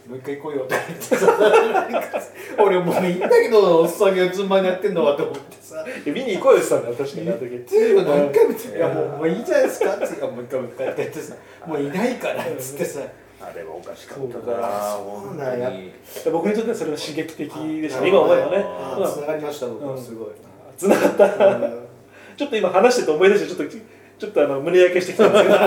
[SPEAKER 4] もう一回来いよと思ってさ俺もういいんだけどおっさんが四つん這いになってんのはと思ってさ
[SPEAKER 2] 見に行こうよって言ってたんだよ確かにあの時
[SPEAKER 4] つい何回も言っていやもうもういいじゃないですか」って言うからもう一回もう一回」って言ってさ「もういないから」っつってさ
[SPEAKER 1] あれはおかしか
[SPEAKER 2] そ
[SPEAKER 1] っ
[SPEAKER 2] う
[SPEAKER 1] た
[SPEAKER 2] だ
[SPEAKER 1] な本当に
[SPEAKER 2] 僕にとってはそれは刺激的でしたね
[SPEAKER 4] なる
[SPEAKER 2] 今
[SPEAKER 4] ほ
[SPEAKER 2] 思
[SPEAKER 4] ど
[SPEAKER 2] えばね
[SPEAKER 4] あ
[SPEAKER 2] うん
[SPEAKER 4] ー繋がりました僕
[SPEAKER 2] う
[SPEAKER 4] は
[SPEAKER 2] ん
[SPEAKER 4] すごい、
[SPEAKER 2] つながった
[SPEAKER 4] うん
[SPEAKER 2] ちょっと今話してて思い出してちょっとちょっとあの胸焼けしてきたんですけど
[SPEAKER 1] で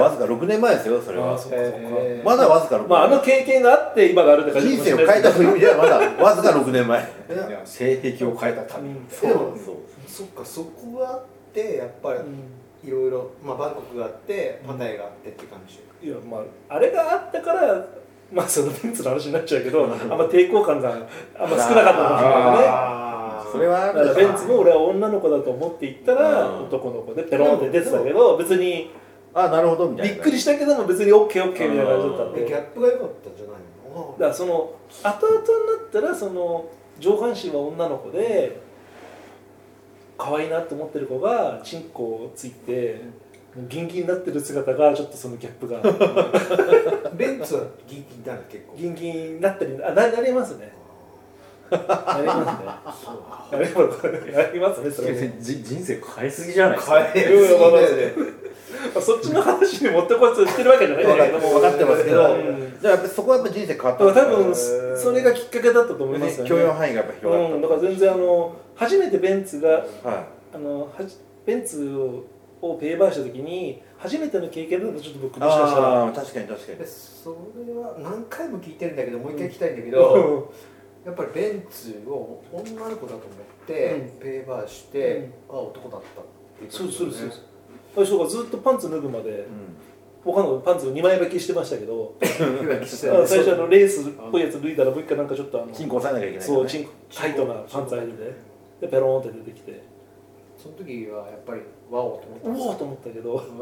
[SPEAKER 1] わずか6年前ですよそれは
[SPEAKER 2] そ
[SPEAKER 4] えー
[SPEAKER 1] まだわずか6
[SPEAKER 2] まああの経験があって今があるって感じ
[SPEAKER 1] 人生を変えたという意味ではまだわずか6年前
[SPEAKER 4] え
[SPEAKER 5] いや性癖を変えた旅、
[SPEAKER 2] うん
[SPEAKER 4] そう
[SPEAKER 1] そう
[SPEAKER 4] そっかそこがあってやっぱ
[SPEAKER 2] うん
[SPEAKER 4] りいろいろまあバンコクがあってパタヤがあってって感じ、
[SPEAKER 2] いやまああれがあったからまあそのベンツの話になっちゃうけどあんま抵抗感があんま少なかったかもしれないよね
[SPEAKER 4] あ
[SPEAKER 1] それはあ
[SPEAKER 2] だか
[SPEAKER 1] る
[SPEAKER 2] ら
[SPEAKER 1] でし
[SPEAKER 2] ベ
[SPEAKER 1] ょ
[SPEAKER 2] ンツも俺は女の子だと思って行ったら
[SPEAKER 1] うん
[SPEAKER 2] 男の子でペロンって出てたけど別に
[SPEAKER 1] あなるほどみたい
[SPEAKER 2] び
[SPEAKER 1] な
[SPEAKER 2] っくりしたけども別に OKOK みたいな感じだったん
[SPEAKER 4] で
[SPEAKER 2] で
[SPEAKER 4] ギャ
[SPEAKER 2] だか
[SPEAKER 4] ップが良かったんじゃないの
[SPEAKER 2] らその後々になったらその上半身は女の子で可愛いなって思ってる子がチンコをついてギンギンになってる姿がちょっとそのギャップが。
[SPEAKER 4] ベンツはギンギンだね結構
[SPEAKER 2] ギンギンになったりあななりますね。なります
[SPEAKER 4] そうか
[SPEAKER 2] ね。なりますね。なりますね。それね。
[SPEAKER 5] じ人生変えすぎじゃないですか
[SPEAKER 4] 変えすぎだよね
[SPEAKER 2] まあそっちの話に持ってこいとしてるわけじゃないんだけども。
[SPEAKER 1] 分かってますけど
[SPEAKER 2] うん
[SPEAKER 1] じゃあやっぱりそこはやっぱ人生変わっ
[SPEAKER 2] だ
[SPEAKER 1] た
[SPEAKER 2] から多分それがきっかけだったと思いますよ
[SPEAKER 1] ね
[SPEAKER 2] ね。
[SPEAKER 1] 許容範囲がやっぱ広がった
[SPEAKER 2] うん。だから全然あの初めてベンツが
[SPEAKER 1] は
[SPEAKER 2] あのはじベンツををペーバーした時に初めての経験だとちょっと僕
[SPEAKER 1] い
[SPEAKER 2] もしかしたら。
[SPEAKER 1] あー確かに確かに
[SPEAKER 4] でそれは何回も聞いてるんだけどもう一回聞きたいんだけど、やっぱりベンツを女の子だと思って、
[SPEAKER 2] うん
[SPEAKER 4] ペーバーして、あ男だったっていうこ
[SPEAKER 2] そう
[SPEAKER 4] とだ
[SPEAKER 2] そ
[SPEAKER 4] よ
[SPEAKER 2] う
[SPEAKER 4] ね
[SPEAKER 2] そうそう。最初からずっとパンツ脱ぐまで他のパンツを2枚履きしてましたけど。
[SPEAKER 4] いやして
[SPEAKER 2] だ から最初あのレースっぽいやつ脱いだらもう一回なんかちょっとあの
[SPEAKER 1] 金庫押さえなきゃいけないからね
[SPEAKER 2] そうチンコタイトなパンツ履いててでペローンって出てきて
[SPEAKER 4] その時はやっぱりワオと思って
[SPEAKER 2] うおーと思ったけど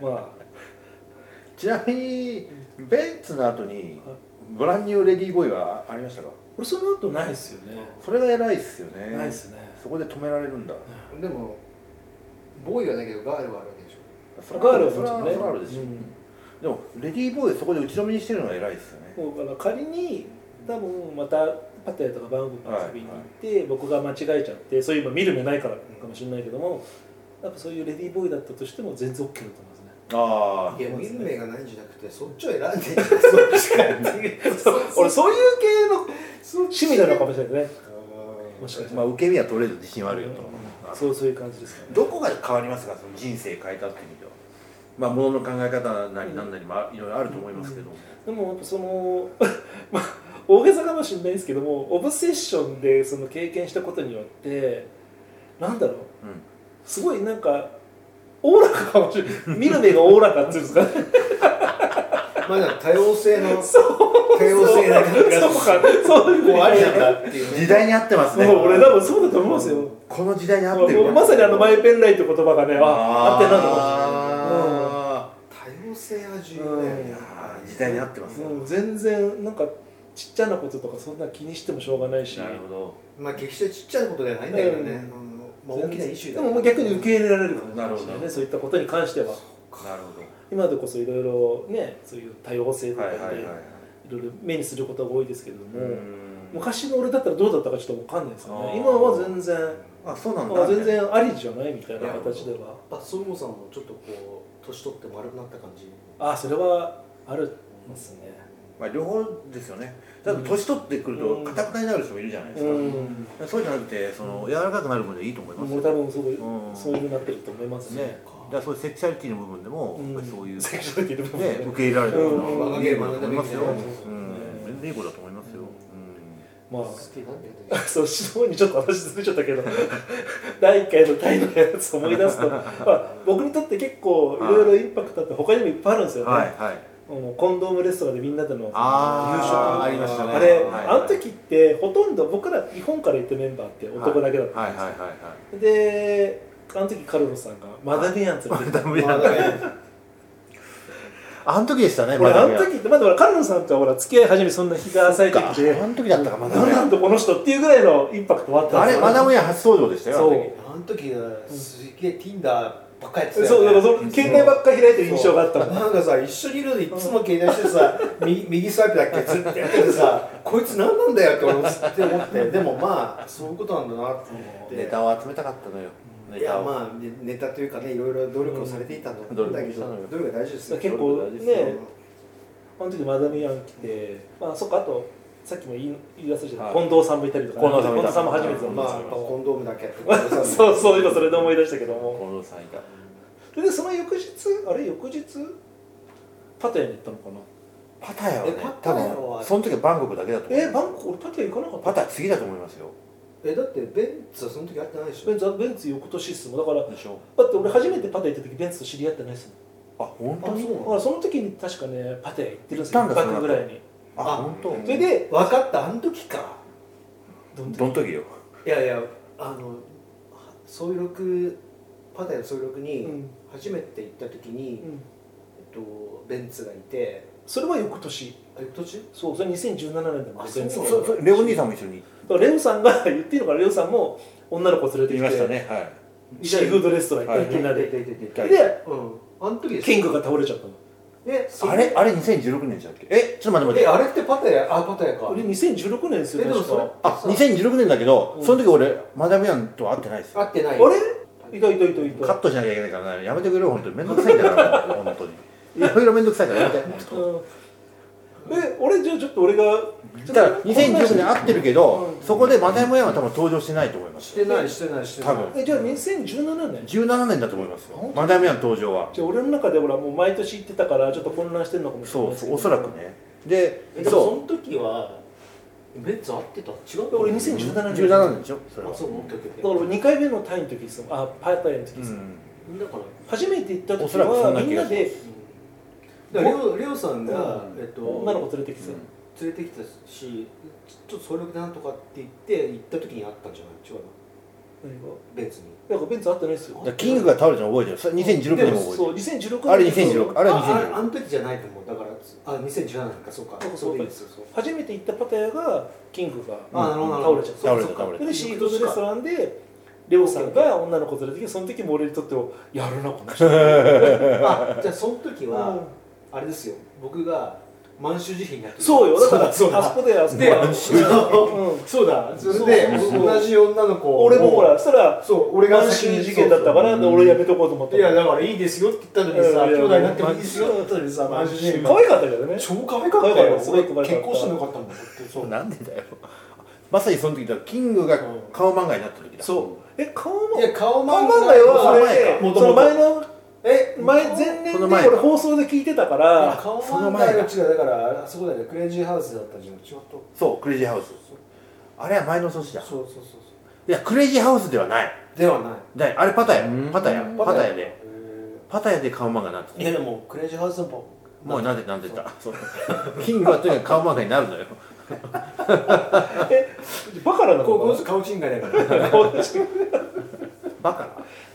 [SPEAKER 2] ま
[SPEAKER 1] ちなみにベンツの後にブランニューレディーボーイはありましたか
[SPEAKER 2] あ俺その後ないっすよね
[SPEAKER 1] それが偉いっすよね
[SPEAKER 2] ないっすね
[SPEAKER 1] そこで止められるんだ
[SPEAKER 4] でもボーイはだけどガールはあるわけでしょ
[SPEAKER 1] そ
[SPEAKER 2] ガ
[SPEAKER 1] れ
[SPEAKER 2] ールは
[SPEAKER 1] そ
[SPEAKER 2] も
[SPEAKER 1] れ
[SPEAKER 2] ち
[SPEAKER 1] はそれは
[SPEAKER 2] ろんね
[SPEAKER 1] あるでしょでもレディーボーイそこで打ち止めにしてるのが偉いっすよね
[SPEAKER 2] うんもうあの仮に多分またパタヤとかバンコク遊びに行って僕が間違えちゃってそういうの見る目ないからかもしれないけどもやっぱそういうレディーボーイだったとしても全然 OK だと思いますね
[SPEAKER 1] あ
[SPEAKER 4] いや
[SPEAKER 2] そう
[SPEAKER 4] 見
[SPEAKER 2] です
[SPEAKER 4] る
[SPEAKER 2] ね
[SPEAKER 4] 目がないんじゃなくてそっちを選んでそっちからっていう
[SPEAKER 2] 俺 そういう系の
[SPEAKER 4] そっ
[SPEAKER 2] 趣
[SPEAKER 4] ち
[SPEAKER 2] 味なのかもしれないね
[SPEAKER 4] うん
[SPEAKER 2] もしかし
[SPEAKER 1] あ
[SPEAKER 2] た
[SPEAKER 1] ま
[SPEAKER 2] ら
[SPEAKER 1] あ受け身は取れる自信はあるよと
[SPEAKER 2] うん
[SPEAKER 1] あ
[SPEAKER 2] そうそういう感じですかね
[SPEAKER 1] どこが変わりますかその人生変えたっていう意味ではまあものの考え方なりなんなりもあいろいろあると思いますけど
[SPEAKER 2] でもやっぱその まあ大げさかもしれないですけどもオブセッションでその経験したことによってなんだろう
[SPEAKER 1] うん
[SPEAKER 2] すごいなんかおおらかかもしれない見る目がおおらかっていうんですかね
[SPEAKER 4] まあだから多様性 の
[SPEAKER 2] そう
[SPEAKER 4] 多様性な感じが
[SPEAKER 2] そうかそういうふう
[SPEAKER 4] こう
[SPEAKER 2] に
[SPEAKER 4] ありなんだっていうね
[SPEAKER 1] 時代に合ってますね
[SPEAKER 2] もう俺多分そうだと思うんですよ
[SPEAKER 1] この時代に合
[SPEAKER 2] も
[SPEAKER 1] って
[SPEAKER 2] うも
[SPEAKER 1] る
[SPEAKER 2] うまさにあのマイペンライト言葉がねああってなの
[SPEAKER 1] あ
[SPEAKER 4] 多様性は重要だよね
[SPEAKER 2] うん
[SPEAKER 4] やっ
[SPEAKER 1] あ
[SPEAKER 4] ぱり
[SPEAKER 1] ー時代に合ってますね
[SPEAKER 2] うん全然なんかちっちゃなこととかそんな気にしてもしょうがないし
[SPEAKER 1] なるほど
[SPEAKER 4] まあ決してちっちゃいことではないんだけどね、
[SPEAKER 2] うん
[SPEAKER 4] うんまあ、大きなイシュー
[SPEAKER 2] で
[SPEAKER 4] だ
[SPEAKER 2] ももう逆に受け入れられるかもしれ
[SPEAKER 1] な
[SPEAKER 2] な
[SPEAKER 1] る
[SPEAKER 2] い
[SPEAKER 1] ほど
[SPEAKER 2] ねそういったことに関しては
[SPEAKER 1] なるほど
[SPEAKER 2] 今でこそいろいろねそういう多様性とか
[SPEAKER 1] は
[SPEAKER 2] で
[SPEAKER 1] いはいはいいはい
[SPEAKER 2] ろいろ目にすることが多いですけれども、
[SPEAKER 1] うん
[SPEAKER 2] 昔の俺だったらどうだったかちょっと分かんないですよ
[SPEAKER 1] あ
[SPEAKER 2] ね
[SPEAKER 1] ー
[SPEAKER 2] 今は全然
[SPEAKER 1] あそうなんだ
[SPEAKER 2] あ全然ありじゃないみたいな形では
[SPEAKER 4] あそもさんもちょっとこう年取って丸くなった感じ
[SPEAKER 2] あそれはあるんですね
[SPEAKER 1] まあ両方ですよねだって年取ってくる
[SPEAKER 2] う
[SPEAKER 1] と
[SPEAKER 2] ん
[SPEAKER 1] 硬くなになる人もいるじゃないです
[SPEAKER 2] うん、
[SPEAKER 1] かそうじゃなくてその柔らかくなる分でいいと思います
[SPEAKER 2] も
[SPEAKER 1] よ
[SPEAKER 2] う多分すごい、
[SPEAKER 1] うん
[SPEAKER 2] そういうふうになってると思いますね
[SPEAKER 1] ね、だからそういうセクシャリティの部分でも、
[SPEAKER 2] うん
[SPEAKER 1] やっぱりそういう、ね、
[SPEAKER 2] セ
[SPEAKER 1] 受
[SPEAKER 2] クシャリティの部分で
[SPEAKER 1] け入れられてるの
[SPEAKER 2] うん
[SPEAKER 1] は、
[SPEAKER 4] うん
[SPEAKER 1] いいことだと思いますよ。
[SPEAKER 4] うん
[SPEAKER 1] うん、全然いいことだと思いますよ。
[SPEAKER 2] まあ
[SPEAKER 4] 好きなんだよ ね
[SPEAKER 2] そう下の方にちょっと話ずれちゃったけど 第1回のタイのや つを思い出すと、まあ、僕にとって結構いろいろインパクトあって他にもいっぱいあるんです
[SPEAKER 1] うん
[SPEAKER 2] よね、
[SPEAKER 1] はい、はい。
[SPEAKER 2] もうコンドームレストランでみんなでの優
[SPEAKER 1] あーありましたね
[SPEAKER 2] あれ、
[SPEAKER 1] はい
[SPEAKER 2] あの時ってほとんど僕ら日本から行ったメンバーって男だけだったんで
[SPEAKER 1] はいはい
[SPEAKER 2] すよ、
[SPEAKER 1] はいはい
[SPEAKER 2] であの時カルロスさんがマダゲアン連れてって
[SPEAKER 1] ま だねあの時でしたね、
[SPEAKER 2] 俺
[SPEAKER 1] まだ
[SPEAKER 2] あの時ってまだほらカルロスさんとはほら付き合い始めそんな日が浅い時
[SPEAKER 1] あ
[SPEAKER 2] で
[SPEAKER 1] あの時だったか、まだ
[SPEAKER 2] なんなんとこの人っていうぐらいのインパクトはあったん
[SPEAKER 1] あ
[SPEAKER 2] です
[SPEAKER 1] れ、
[SPEAKER 2] よ
[SPEAKER 1] マダムヤ初登場でしたよ、あの時
[SPEAKER 2] そう
[SPEAKER 4] あの時なすげえ Tinder ばっかりやってた
[SPEAKER 2] そうだからその携帯ばっかり開いてる印象があったもん
[SPEAKER 4] なんかさ一緒にいるのにいつも携帯して さ右右スワイプだっけずっとやっててさこいつ何なんだよって俺もずっと思ってでもまあそういうことなんだなって思って
[SPEAKER 1] ネタを集めたかったのよ。
[SPEAKER 4] いやまあねネタというかねいろいろ努力をされていたと思うんだけど、
[SPEAKER 1] うん
[SPEAKER 4] 努力が大事ですね
[SPEAKER 2] 結構ねあの時マダムヤン来てまあそっかあとさっきも言い言い出したじゃない、
[SPEAKER 1] はい
[SPEAKER 2] 近藤さんもいたりとか
[SPEAKER 1] 近藤さんもいた
[SPEAKER 2] も初めてだ
[SPEAKER 4] ま
[SPEAKER 2] も
[SPEAKER 4] あや
[SPEAKER 2] ん
[SPEAKER 4] っ
[SPEAKER 2] で
[SPEAKER 4] ぱコンドームだけやって
[SPEAKER 2] すよ そうそう今それで思い出したけども
[SPEAKER 1] 小野さんいた。
[SPEAKER 2] でその翌日あれ翌日パタヤに行ったのかな
[SPEAKER 1] パタヤはね
[SPEAKER 4] えパ、
[SPEAKER 1] 多
[SPEAKER 4] タヤは
[SPEAKER 1] 分、その時はバンコクだけだと思う。
[SPEAKER 2] えー、バンコク俺パタヤ行かなかった
[SPEAKER 1] パタヤ次だと思いますよ。
[SPEAKER 4] えだってベンツはその時会ってないでし
[SPEAKER 2] ベ
[SPEAKER 4] ょ
[SPEAKER 2] ンツベンツ翌年っすもんだから
[SPEAKER 1] でしょ
[SPEAKER 2] だって俺初めてパタヤ行った時ベンツと知り合ってないっす
[SPEAKER 1] あ、本当
[SPEAKER 4] あそう
[SPEAKER 1] に
[SPEAKER 2] もん
[SPEAKER 4] な
[SPEAKER 2] だ
[SPEAKER 4] の
[SPEAKER 2] からその時に確かねパタヤ行ってるんですよ
[SPEAKER 1] 行
[SPEAKER 2] 1
[SPEAKER 1] ったんだ
[SPEAKER 2] 泊ぐらいに
[SPEAKER 1] あ、本当
[SPEAKER 4] うん
[SPEAKER 2] それで
[SPEAKER 4] 分かったあの時か
[SPEAKER 2] どん
[SPEAKER 1] どの時よ。
[SPEAKER 4] いやいやあの総力パタヤの総力
[SPEAKER 2] う
[SPEAKER 4] に
[SPEAKER 2] ん
[SPEAKER 4] 初めて行った時
[SPEAKER 2] う
[SPEAKER 4] に、え
[SPEAKER 2] ん
[SPEAKER 4] っと、ベンツがいて
[SPEAKER 2] それは翌年
[SPEAKER 4] あ途中
[SPEAKER 2] そうそれ2017年だもん
[SPEAKER 4] あ
[SPEAKER 2] ね
[SPEAKER 4] そう
[SPEAKER 2] ベンツ
[SPEAKER 4] そ
[SPEAKER 1] そううそうレオ兄さんも一緒に
[SPEAKER 2] だからレオさんが言っていいのかなレオさんも女の子連れて
[SPEAKER 1] い
[SPEAKER 2] き
[SPEAKER 1] ま
[SPEAKER 2] て
[SPEAKER 1] したね。はい。
[SPEAKER 2] シーフードレストラン行っ
[SPEAKER 1] は
[SPEAKER 2] て
[SPEAKER 1] い
[SPEAKER 2] みんなで
[SPEAKER 4] 出て出て
[SPEAKER 1] はい
[SPEAKER 2] で
[SPEAKER 4] うんあの時です
[SPEAKER 2] キングが倒れちゃったの
[SPEAKER 4] で
[SPEAKER 1] あれ、あれ2016年じゃっけえ、ちょっと待って待
[SPEAKER 4] え
[SPEAKER 1] って。
[SPEAKER 4] あれってパタヤあパタヤか
[SPEAKER 2] 俺2016年です
[SPEAKER 4] え
[SPEAKER 2] よ
[SPEAKER 4] でも
[SPEAKER 2] 確
[SPEAKER 4] それ
[SPEAKER 2] か
[SPEAKER 1] あ、2016年だけど
[SPEAKER 2] う、ん
[SPEAKER 1] その時俺、マダムヤンと会ってないですよ
[SPEAKER 4] 合ってな
[SPEAKER 2] あ
[SPEAKER 4] い
[SPEAKER 2] れいたいたいたい
[SPEAKER 1] カッ
[SPEAKER 2] た
[SPEAKER 1] トしなきゃいけないからねやめてくれよ本当にめんどくさいんだ から本当にいろいろめんどくさいからやめて
[SPEAKER 2] うんえ俺じゃあちょっと俺が
[SPEAKER 1] だから2016年会ってるけど
[SPEAKER 2] うん
[SPEAKER 1] そこで又山屋は多分登場してないと思いま
[SPEAKER 4] し
[SPEAKER 1] す
[SPEAKER 4] てないしてないしてない
[SPEAKER 1] 多分
[SPEAKER 2] えじゃあ2017年
[SPEAKER 1] 17年だと思いますよ又山屋の登場は
[SPEAKER 2] じゃあ俺の中でほらもう毎年行ってたからちょっと混乱してるのかもしれない
[SPEAKER 1] そう
[SPEAKER 2] です
[SPEAKER 1] そ
[SPEAKER 2] け
[SPEAKER 1] う
[SPEAKER 2] ど
[SPEAKER 1] おそらくねで
[SPEAKER 4] えでも
[SPEAKER 1] そ
[SPEAKER 4] その時はベンツ合ってた違う
[SPEAKER 2] で俺
[SPEAKER 1] う
[SPEAKER 2] 2017年
[SPEAKER 1] 17年でしょそれは
[SPEAKER 4] あそう思ったけ
[SPEAKER 2] だ
[SPEAKER 4] ど
[SPEAKER 2] から2回目のタイの時ですもんあパタヤの
[SPEAKER 1] う
[SPEAKER 2] 時ですもん、
[SPEAKER 1] ん
[SPEAKER 4] だから
[SPEAKER 2] 初めて行った
[SPEAKER 1] お
[SPEAKER 2] 時
[SPEAKER 1] そらくそん
[SPEAKER 2] は
[SPEAKER 1] な
[SPEAKER 2] みん
[SPEAKER 1] 気
[SPEAKER 2] な
[SPEAKER 1] がします
[SPEAKER 2] で
[SPEAKER 4] だからレオレオさんが
[SPEAKER 1] う
[SPEAKER 4] えっと
[SPEAKER 2] 女の子連れてきて、
[SPEAKER 4] 連れてきたしちょっと総力でなんとかって言って行った時に会ったんじゃない違うの
[SPEAKER 2] 何が
[SPEAKER 4] ベンツに
[SPEAKER 2] なんかベンツあってないですよ
[SPEAKER 1] だからキングが倒れたの覚えてるそれ2016年も
[SPEAKER 2] そ
[SPEAKER 1] 覚
[SPEAKER 2] う2016年
[SPEAKER 1] えてるあれ2016あれは
[SPEAKER 4] あ
[SPEAKER 1] 2016
[SPEAKER 4] ああの時じゃないと思うだからあ2017年かそうか
[SPEAKER 2] そうか
[SPEAKER 4] それでいいですよそう
[SPEAKER 2] 初めて行ったパタヤがキングが
[SPEAKER 4] あなるほどなるほど
[SPEAKER 2] 倒れちゃった
[SPEAKER 1] 倒れた倒れ
[SPEAKER 2] でシーフードレストランでレオさんが女の子連れてきてその時も俺にとってはやるなこの人
[SPEAKER 4] あじゃあその時はあれですよ僕が満州慈悲になってる
[SPEAKER 2] そうよだからあそ
[SPEAKER 4] そうだ
[SPEAKER 2] こであそこで、
[SPEAKER 4] で
[SPEAKER 2] うん、
[SPEAKER 4] そうだそれで同じ女の子を
[SPEAKER 2] 俺もほらそしたら
[SPEAKER 4] そう俺が
[SPEAKER 2] 満
[SPEAKER 4] 先
[SPEAKER 2] 州
[SPEAKER 4] に
[SPEAKER 2] 事件だったからで俺やめとこうと思った
[SPEAKER 4] いやだからいいですよって言ったのにさ
[SPEAKER 2] いやい
[SPEAKER 4] 兄
[SPEAKER 2] や
[SPEAKER 4] 弟になってもいいですよって言ったのにさ
[SPEAKER 2] 可
[SPEAKER 4] 満州慈悲
[SPEAKER 2] 愛かったけどね
[SPEAKER 4] 超可愛かったよ
[SPEAKER 2] 可愛
[SPEAKER 4] 俺
[SPEAKER 2] い可愛い
[SPEAKER 4] 結婚してもよかったもんだってそう
[SPEAKER 1] るなんでだよまさにその時だからキングが顔漫画になった時だ
[SPEAKER 2] そうえ顔も
[SPEAKER 4] いや
[SPEAKER 2] 顔
[SPEAKER 4] 顔漫
[SPEAKER 2] 漫画よ
[SPEAKER 4] は
[SPEAKER 2] それで
[SPEAKER 4] もともと
[SPEAKER 2] その前の
[SPEAKER 4] え
[SPEAKER 2] 前前年
[SPEAKER 1] こ
[SPEAKER 2] で
[SPEAKER 1] の前
[SPEAKER 2] 俺放送で聞いてたか
[SPEAKER 4] いや
[SPEAKER 2] ら
[SPEAKER 4] 顔
[SPEAKER 1] その
[SPEAKER 4] 漫
[SPEAKER 1] 前
[SPEAKER 4] 画
[SPEAKER 1] だ
[SPEAKER 4] が違うだからあそこだよクレイジーハウスだったじゃんちょっと
[SPEAKER 1] そうクレイジーハウスあれは前の年だ
[SPEAKER 4] そうそうそうそ
[SPEAKER 1] いやクレイジーハウスではないう
[SPEAKER 4] ではない
[SPEAKER 1] だいあれパタヤパタヤパタヤで
[SPEAKER 4] へ
[SPEAKER 1] パタヤで顔漫画になって
[SPEAKER 4] ーい
[SPEAKER 1] た
[SPEAKER 4] やでもクレイジーハウスのポ
[SPEAKER 1] もうなんでなんでたそうキングはとにかく顔漫画になるのよ
[SPEAKER 2] えバカなの
[SPEAKER 4] こ
[SPEAKER 2] か
[SPEAKER 4] こ
[SPEAKER 2] な
[SPEAKER 4] の人顔ちんがいだ から
[SPEAKER 1] バカな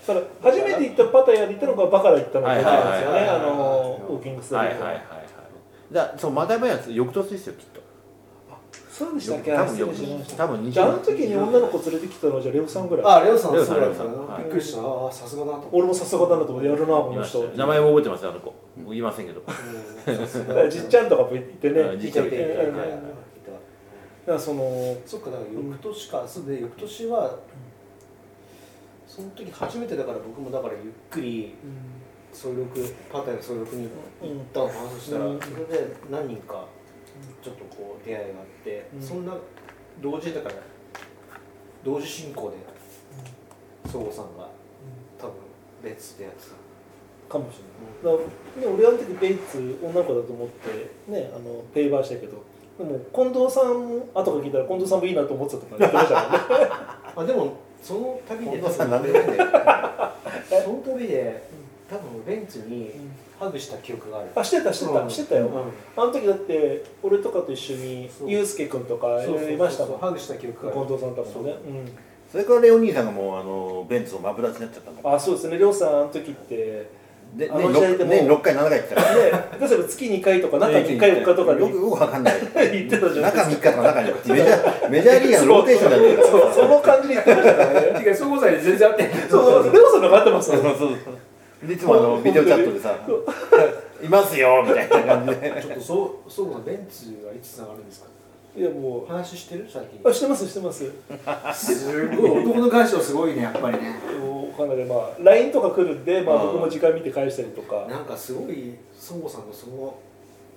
[SPEAKER 2] その初めて行ったパタヤに行ったのがバカラ行ったのか
[SPEAKER 1] はい
[SPEAKER 2] なん
[SPEAKER 1] はい
[SPEAKER 2] ですよ
[SPEAKER 1] はい
[SPEAKER 2] ねあのウォーキングスタ
[SPEAKER 1] はい
[SPEAKER 2] イ
[SPEAKER 1] は
[SPEAKER 2] ル
[SPEAKER 1] い
[SPEAKER 2] で
[SPEAKER 1] はいはいだそうマダムヤは翌年ですよきっと
[SPEAKER 2] そうでしたっけ
[SPEAKER 1] 多分
[SPEAKER 2] 失
[SPEAKER 1] 翌
[SPEAKER 2] 礼しまし
[SPEAKER 1] 年
[SPEAKER 2] た
[SPEAKER 1] 多分
[SPEAKER 2] じゃああの
[SPEAKER 1] 20
[SPEAKER 2] 時に女の子連れてきたのはじゃあレオさんぐらい
[SPEAKER 4] あレオさん
[SPEAKER 1] レオ
[SPEAKER 4] そ
[SPEAKER 1] さん
[SPEAKER 4] うだっ
[SPEAKER 1] レ
[SPEAKER 4] た
[SPEAKER 1] オさ
[SPEAKER 4] なんびっくりしたああさすがだと思
[SPEAKER 2] 俺もさすがだなと思ってやるなこ
[SPEAKER 1] い
[SPEAKER 2] の
[SPEAKER 1] まし
[SPEAKER 2] 人
[SPEAKER 1] た名前も覚えてますよあの子言いませんけど
[SPEAKER 4] ってう んさす
[SPEAKER 2] だ
[SPEAKER 4] が
[SPEAKER 2] からじっちゃんとかもいてね
[SPEAKER 1] うんじっちゃん
[SPEAKER 4] いたいたいたいたいた
[SPEAKER 2] だからその
[SPEAKER 4] そっかだから翌年か、そうで翌年はその時初めてだから僕もだからゆっくり総力パタヤの総力に行ったの話したら、
[SPEAKER 2] うん
[SPEAKER 4] それで何人かちょっとこう出会いがあって、
[SPEAKER 2] うん
[SPEAKER 4] そんな同時だから同時進行で総合さんが多分別でやってた
[SPEAKER 2] かもしれない、だからね、俺あの時ベイツ女の子だと思ってねあのペイバーしたけどでも近藤さんも後から聞いたら近藤さんもいいなと思ってたとか言ってましたからね
[SPEAKER 4] あでもその旅で
[SPEAKER 1] 近藤さんなんでもいいんだよ
[SPEAKER 4] その旅で多分ベンツにハグした記憶がある、
[SPEAKER 2] あしてたしてた、
[SPEAKER 4] うん
[SPEAKER 2] してたよ、
[SPEAKER 4] うん
[SPEAKER 2] あの時だって俺とかと一緒に
[SPEAKER 4] そう
[SPEAKER 2] ユうスケ君とかいろいろいましたもん
[SPEAKER 4] ハグした記憶があ
[SPEAKER 2] 近
[SPEAKER 4] る
[SPEAKER 2] 藤さんとかもね
[SPEAKER 1] それからレオ兄さんがもうあのベンツをマブダチになっちゃったんだ
[SPEAKER 2] うんあそうですね亮さんあの時って
[SPEAKER 1] で
[SPEAKER 2] あの
[SPEAKER 1] 年
[SPEAKER 2] 時代
[SPEAKER 1] 六
[SPEAKER 2] でも
[SPEAKER 1] 年六回7回行ってたから
[SPEAKER 2] ねだから月2回とか 中1回4日とかで
[SPEAKER 1] よく
[SPEAKER 2] 行
[SPEAKER 1] よくわかんない
[SPEAKER 2] ってたじゃない
[SPEAKER 1] 中3日とか中4日メジャーメジャーリーガーのローテーションだってるから
[SPEAKER 2] そうその感じで行ってま したからね
[SPEAKER 4] てか総合祭で全然合ってない
[SPEAKER 2] そう 亮さんの方が合ってます
[SPEAKER 1] そう
[SPEAKER 2] よ
[SPEAKER 1] そうそうでいつもあのビデオチャットでさ「いますよ」みたいな感じで
[SPEAKER 4] ちょっとそうそうこのベンツはいつつながるんですか
[SPEAKER 2] いやも
[SPEAKER 4] お話ししてる最近
[SPEAKER 2] うあしてますしてます
[SPEAKER 4] すごい男の感傷すごいねやっぱりね
[SPEAKER 2] かなりまあ LINE とか来るんで、まあ、
[SPEAKER 1] うん
[SPEAKER 2] 僕も時間見て返したりとか、
[SPEAKER 4] なんかすごい孫悟さんのその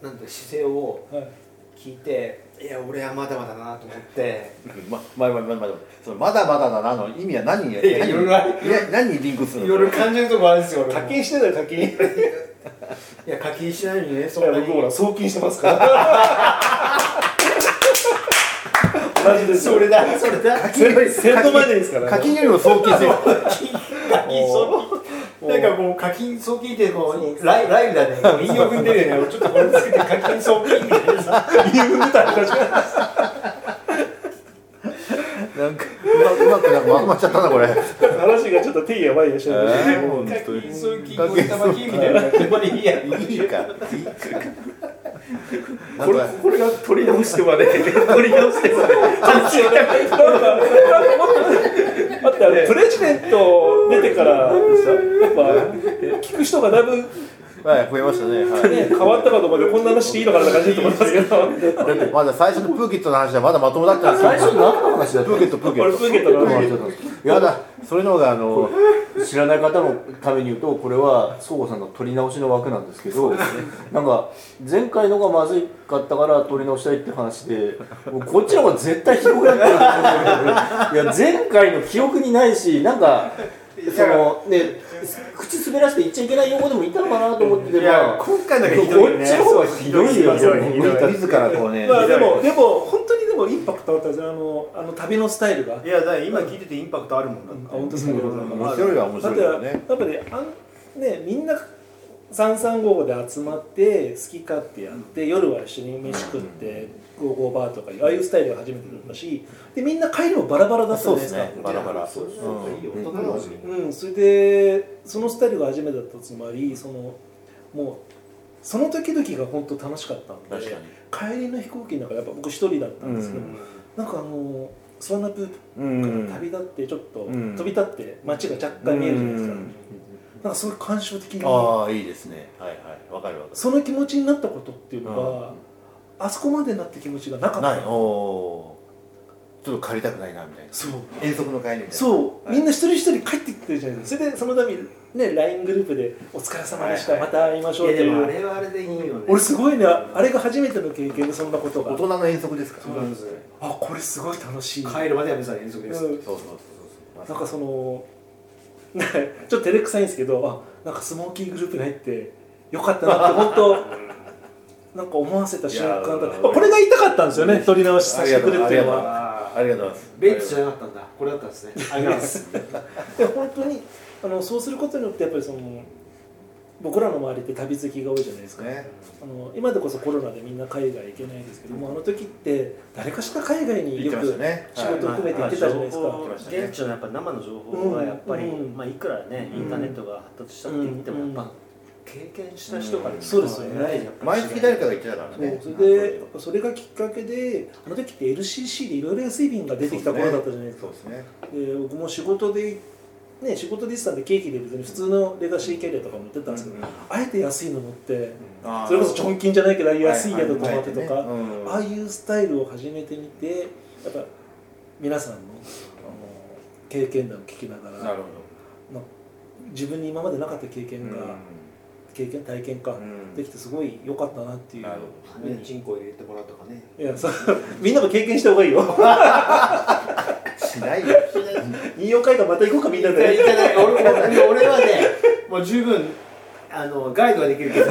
[SPEAKER 4] なんて姿勢を
[SPEAKER 2] はい、
[SPEAKER 4] 聞いていや俺はまだまだだなと思って
[SPEAKER 1] ままあまあまあまあそのまだまだだなの意味は何に
[SPEAKER 4] いやいろいろある
[SPEAKER 1] いや何にリンクする
[SPEAKER 4] い
[SPEAKER 1] の
[SPEAKER 4] ろいろ感じるとこあるんですよ俺
[SPEAKER 2] 課
[SPEAKER 4] も
[SPEAKER 2] 金してない課金
[SPEAKER 4] いや課金しないのにねそんな
[SPEAKER 2] 僕
[SPEAKER 4] に
[SPEAKER 2] ほら送金してますから同じですよ
[SPEAKER 4] それだそれだ課
[SPEAKER 2] それよりセットまでですから
[SPEAKER 1] 課
[SPEAKER 2] ね
[SPEAKER 1] 金よりも送金してる
[SPEAKER 4] 金課金そう
[SPEAKER 2] もう
[SPEAKER 4] なんかもう課金送金ってこうライライブだねもう引用組んでるよねちょっとこれつけて課金送金みたいなさ
[SPEAKER 1] なんかうまうまくなんかまとまっちゃったなこれ
[SPEAKER 2] 話がちょっと手やばいでしょ、
[SPEAKER 1] えー
[SPEAKER 2] もう
[SPEAKER 4] 課金送金これたまきみたいな感じでまあいいや
[SPEAKER 1] いいかいいか
[SPEAKER 3] これこれが取り直してま で取り直してまで
[SPEAKER 2] だってあれプレジデント出てからやっぱ聞く人がだいぶ、ね、
[SPEAKER 1] はい増えましたねはい
[SPEAKER 2] 変わったかと思ってこんな話していいのかなって感じだと思いますけど
[SPEAKER 1] だってまだ最初のプーケットの話はまだまともだったんですよ
[SPEAKER 5] 最初何の話だった
[SPEAKER 1] プーケットプーケ
[SPEAKER 2] 俺プ
[SPEAKER 1] ッ
[SPEAKER 2] ーケットの話
[SPEAKER 1] トやだそれの方があの
[SPEAKER 5] 知らない方のために言うとこれは総合さんの取り直しの枠なんですけどなんか前回のがまずいかったから取り直したいって話でもうこっちの方が絶対広がってると思うんだけどいや前回の記憶にないしなんかそのね口滑らして言っちゃいけない用語でも言ったのかなと思っててまあこ
[SPEAKER 4] 今回の
[SPEAKER 5] っちの方がひどいよね
[SPEAKER 1] 自らこうね
[SPEAKER 2] まあでもでも本当にでもインパクトあったんですよあのあの旅のスタイルがあ
[SPEAKER 6] いやだから今聞いててインパクトあるもんだって
[SPEAKER 2] 本当ですかありがとうございます
[SPEAKER 1] 面白いは面
[SPEAKER 2] だ
[SPEAKER 1] 白
[SPEAKER 2] っ
[SPEAKER 1] い
[SPEAKER 2] て
[SPEAKER 1] よ
[SPEAKER 2] や
[SPEAKER 1] ね
[SPEAKER 2] っぱりあんねみんな三三五五で集まって好き勝手やって、夜は一緒に飯食って、ゴーゴーバーとかああいうスタイルが初めてだったしでみんな帰りもバラバラだったじゃ
[SPEAKER 1] そう
[SPEAKER 2] ない
[SPEAKER 1] で
[SPEAKER 2] ですすか
[SPEAKER 1] ねバラバラ
[SPEAKER 4] そうそういいよ男の子に
[SPEAKER 2] うん、それでそのスタイルが初めてだったつまりそのもうその時々が本当楽しかったんで帰りの飛行機の中でやっぱ僕一人だったんですけど、なんかあのスワナプー
[SPEAKER 1] うん
[SPEAKER 2] 旅立ってちょっと、
[SPEAKER 1] うん
[SPEAKER 2] 飛び立って街が若干見えるじゃないですか、
[SPEAKER 1] うん
[SPEAKER 2] なんかすごい感傷的に
[SPEAKER 1] ああいいですねはいはいわかるわか
[SPEAKER 2] その気持ちになったことっていうのが、あそこまでなった気持ちがなか
[SPEAKER 1] る
[SPEAKER 2] っ
[SPEAKER 1] ない
[SPEAKER 2] た
[SPEAKER 1] おおーちょっと借りたくないなみたいな
[SPEAKER 2] そう
[SPEAKER 1] 遠足の帰りみたいな
[SPEAKER 2] そう、
[SPEAKER 1] はい
[SPEAKER 2] みんな一人一人帰ってきてるじゃないですかそれでその度にね LINE グループで「お疲れ様でした、
[SPEAKER 1] はいはい
[SPEAKER 2] また会いましょう」
[SPEAKER 4] い
[SPEAKER 2] っ
[SPEAKER 4] や
[SPEAKER 2] て
[SPEAKER 4] で
[SPEAKER 2] い
[SPEAKER 4] もあ
[SPEAKER 2] う
[SPEAKER 4] れはあれでいいよね
[SPEAKER 2] 俺すごいねあれが初めての経験でそんなこと
[SPEAKER 1] 大
[SPEAKER 2] が
[SPEAKER 1] 人の遠足ですから
[SPEAKER 4] そうなんですよ
[SPEAKER 2] あこれすごい楽しい、
[SPEAKER 4] 帰るまでは別に遠足です
[SPEAKER 2] うん
[SPEAKER 1] そうそうそう
[SPEAKER 2] なんかその なんかちょっと照れくさいんですけどあなんかスモーキーグループに入ってよかったなって本当なんか思わせた瞬間だ
[SPEAKER 1] いや
[SPEAKER 2] まあこれが言いたかったんですよね撮り直しさせてくれっていうのは
[SPEAKER 4] あ
[SPEAKER 1] ありがとうございます
[SPEAKER 4] ーベンツじゃなかったんだこれだったんですねありがとうございます
[SPEAKER 2] で本当にあのそうすることによってやっぱりその僕らの周りって旅好きが多いじゃないですか、
[SPEAKER 1] ね
[SPEAKER 2] あの今でこそコロナでみんな海外行けないですけどもあの時って誰かしら海外に
[SPEAKER 1] 言っ
[SPEAKER 2] よ
[SPEAKER 1] てま
[SPEAKER 2] く
[SPEAKER 1] したね
[SPEAKER 2] 仕事含めて行ってたじゃないですか、
[SPEAKER 1] いはい
[SPEAKER 6] 現地のやっぱ生の情報はやっぱり、
[SPEAKER 2] うん
[SPEAKER 6] まあいくらねインターネットが発達したって言ってもやっぱ経験した人から、
[SPEAKER 1] うん
[SPEAKER 2] そうですよね
[SPEAKER 1] 毎月誰かが言ってたからね
[SPEAKER 2] そうそれでそれがきっかけであの時って LCC でいろいろ安い便が出てきた頃だったじゃないです
[SPEAKER 1] そ
[SPEAKER 2] か
[SPEAKER 1] うですね
[SPEAKER 2] で僕も仕事でね仕事で行ってたんで経費で別に普通のレガシーキャリアとかも行ってたんですけど、あえて安いの乗ってそれこそチョンキンじゃないけど安い宿泊まってとか、ああいうスタイルを始めてみてやっぱ皆さんのあの経験談を聞きながら
[SPEAKER 1] なるほ
[SPEAKER 2] まあ自分に今までなかった経験が、経験体験か、
[SPEAKER 1] どうん
[SPEAKER 2] できてすごい良かったなっていう。
[SPEAKER 1] なるほど
[SPEAKER 4] ねチンコ入れてもらうとかね
[SPEAKER 2] いやそう みんなも経験した方がいいよ
[SPEAKER 1] しないよ
[SPEAKER 2] 引用会館また行こうかみんな
[SPEAKER 4] やい
[SPEAKER 2] で
[SPEAKER 4] やいや俺も俺はねもう十分あのガイドができる けど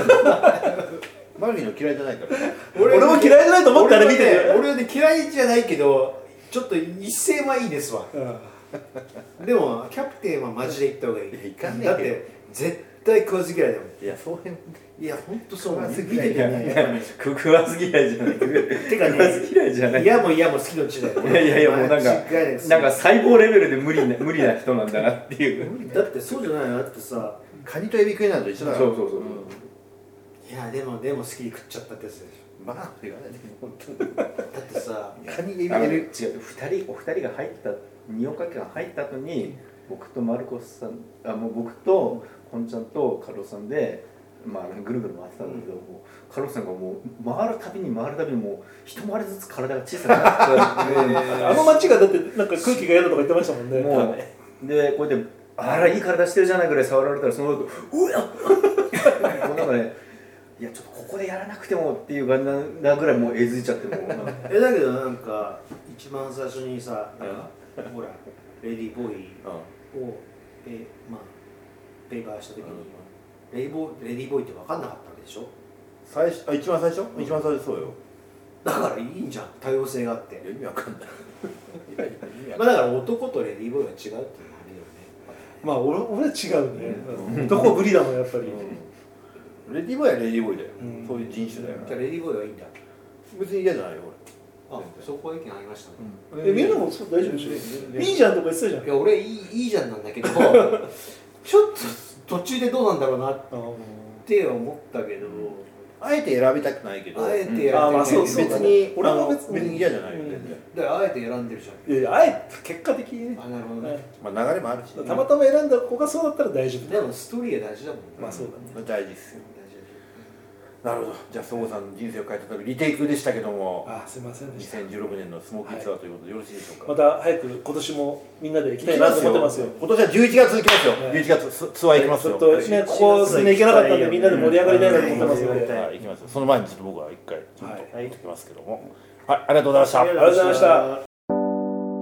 [SPEAKER 1] マリーの嫌いじゃないからね
[SPEAKER 2] 俺も嫌いじゃないと思ってあれ見てる
[SPEAKER 4] 俺はね俺はね嫌いじゃないけどちょっと一戦はいいですわ
[SPEAKER 2] うん
[SPEAKER 4] でもキャプテンはマジで行った方がいい
[SPEAKER 1] いや行かねえよ
[SPEAKER 4] だって絶
[SPEAKER 6] 対食わず嫌いだもん
[SPEAKER 1] いやそうへん
[SPEAKER 6] いや本当そう
[SPEAKER 1] 食わず
[SPEAKER 6] 見
[SPEAKER 1] 嫌
[SPEAKER 6] て
[SPEAKER 1] い
[SPEAKER 6] て
[SPEAKER 1] だ
[SPEAKER 6] ね
[SPEAKER 3] 食わず嫌いじゃない
[SPEAKER 6] てか
[SPEAKER 3] 食わず
[SPEAKER 6] ね
[SPEAKER 3] 嫌いじゃない
[SPEAKER 6] 嫌も嫌も好きのうちだよね
[SPEAKER 3] いやいやいやもうなんか
[SPEAKER 6] 間違いいです
[SPEAKER 3] なんか細胞レベルで無理な無理な人なんだなっていう
[SPEAKER 6] だってそうじゃないのだってさ
[SPEAKER 1] カニとエビ食いなんと一緒
[SPEAKER 3] そう
[SPEAKER 1] だ
[SPEAKER 3] そう
[SPEAKER 1] う
[SPEAKER 3] そう、
[SPEAKER 6] いやでもでも好きに食っちゃったってやつでし
[SPEAKER 1] まあ言わないで本当に
[SPEAKER 6] ょだって さ
[SPEAKER 1] カニエビ
[SPEAKER 3] あの
[SPEAKER 1] エ
[SPEAKER 3] 違う
[SPEAKER 1] ビ
[SPEAKER 3] 2人お二人が入った二岡家が入った後に僕とマルコスさんあもう僕とこんちゃんとカルロスさんで、まあ、あのぐるぐる回ってたんだけど、もうカルロスさんがもう回るたびに回るたびにもう一回りずつ体が小さくなって
[SPEAKER 2] あの街がだってなんか空気が嫌だとか言ってましたもんね
[SPEAKER 3] も うでこうやってあらいい体してるじゃないぐらい触られたらその後「うわっ!」もうなんかねいやちょっとここでやらなくてもっていう感じなぐらいもうえずいちゃってもうなんか
[SPEAKER 6] えだけどなんか一番最初にさなんかほらレディーボーイをえまあペーパーした時にレディーボーイレディーボーイって分かんなかったわけでしょ
[SPEAKER 1] 最初あ一番最初
[SPEAKER 6] ん
[SPEAKER 1] 一番最初そうよ
[SPEAKER 6] だからいいんじゃん多様性があって
[SPEAKER 1] いや意味わかんないいやいや意味わかんない
[SPEAKER 6] まあだから男とレディーボーイは違うっていうのはあるよね
[SPEAKER 2] まあ俺俺は違うね、うん、どこぶりだもんやっぱり、
[SPEAKER 1] レディーボーイはレディーボーイだよ、
[SPEAKER 2] うん
[SPEAKER 1] そういう人種だよ、
[SPEAKER 6] じゃあレディーボーイはいいんだ
[SPEAKER 1] 別に嫌じゃないよ
[SPEAKER 6] あそこは意見ありましたね、
[SPEAKER 1] 俺
[SPEAKER 2] えみんなもそう大丈夫でし
[SPEAKER 1] 全
[SPEAKER 2] ょ
[SPEAKER 1] 然
[SPEAKER 2] いいじゃんとか言ってたじゃん
[SPEAKER 6] いや俺いいいいじゃんなんだけど ちょっと途中でどうなんだろうなっ
[SPEAKER 2] あの
[SPEAKER 6] て思ったけど、
[SPEAKER 1] あえて選びたくないけど
[SPEAKER 6] あえてやってる
[SPEAKER 2] あーまあそうそう
[SPEAKER 1] 別に
[SPEAKER 2] 俺
[SPEAKER 1] あの
[SPEAKER 2] も別
[SPEAKER 1] 別に
[SPEAKER 2] に
[SPEAKER 1] 嫌じゃないよ、
[SPEAKER 2] うん
[SPEAKER 1] 全然
[SPEAKER 6] だからあえて選んでるじゃ
[SPEAKER 2] いやいやあえて結果的にね
[SPEAKER 6] んあなるほどね、
[SPEAKER 2] ね
[SPEAKER 1] まあ流れもあるし、
[SPEAKER 2] たまたま選んだ子がそうだったら大丈夫
[SPEAKER 6] でもストーリーは大事だもんね
[SPEAKER 2] まあそうだね
[SPEAKER 1] 大事ですよ
[SPEAKER 6] 大事だ
[SPEAKER 1] なるほどじゃあ総合さんの人生を変えた旅リテイクでしたけども
[SPEAKER 2] あすいませんでした
[SPEAKER 1] 2016年のスモーキーツアーということでよろしいでしょうか、
[SPEAKER 2] また早く今年もみんなで行きたいなと思ってますよ
[SPEAKER 1] 今年は11月行きますよ、
[SPEAKER 2] はい
[SPEAKER 1] 11月ツツアー行きます
[SPEAKER 2] ちょ
[SPEAKER 1] よ
[SPEAKER 2] っとねここ数年行けなかったんでみんなで盛り上がりたいなと思ってますので、
[SPEAKER 1] はい行きますよその前にちょっと僕は一回ちょっと
[SPEAKER 2] は
[SPEAKER 1] 行きますけどもはい、ありがとうございました
[SPEAKER 2] ありがとうございました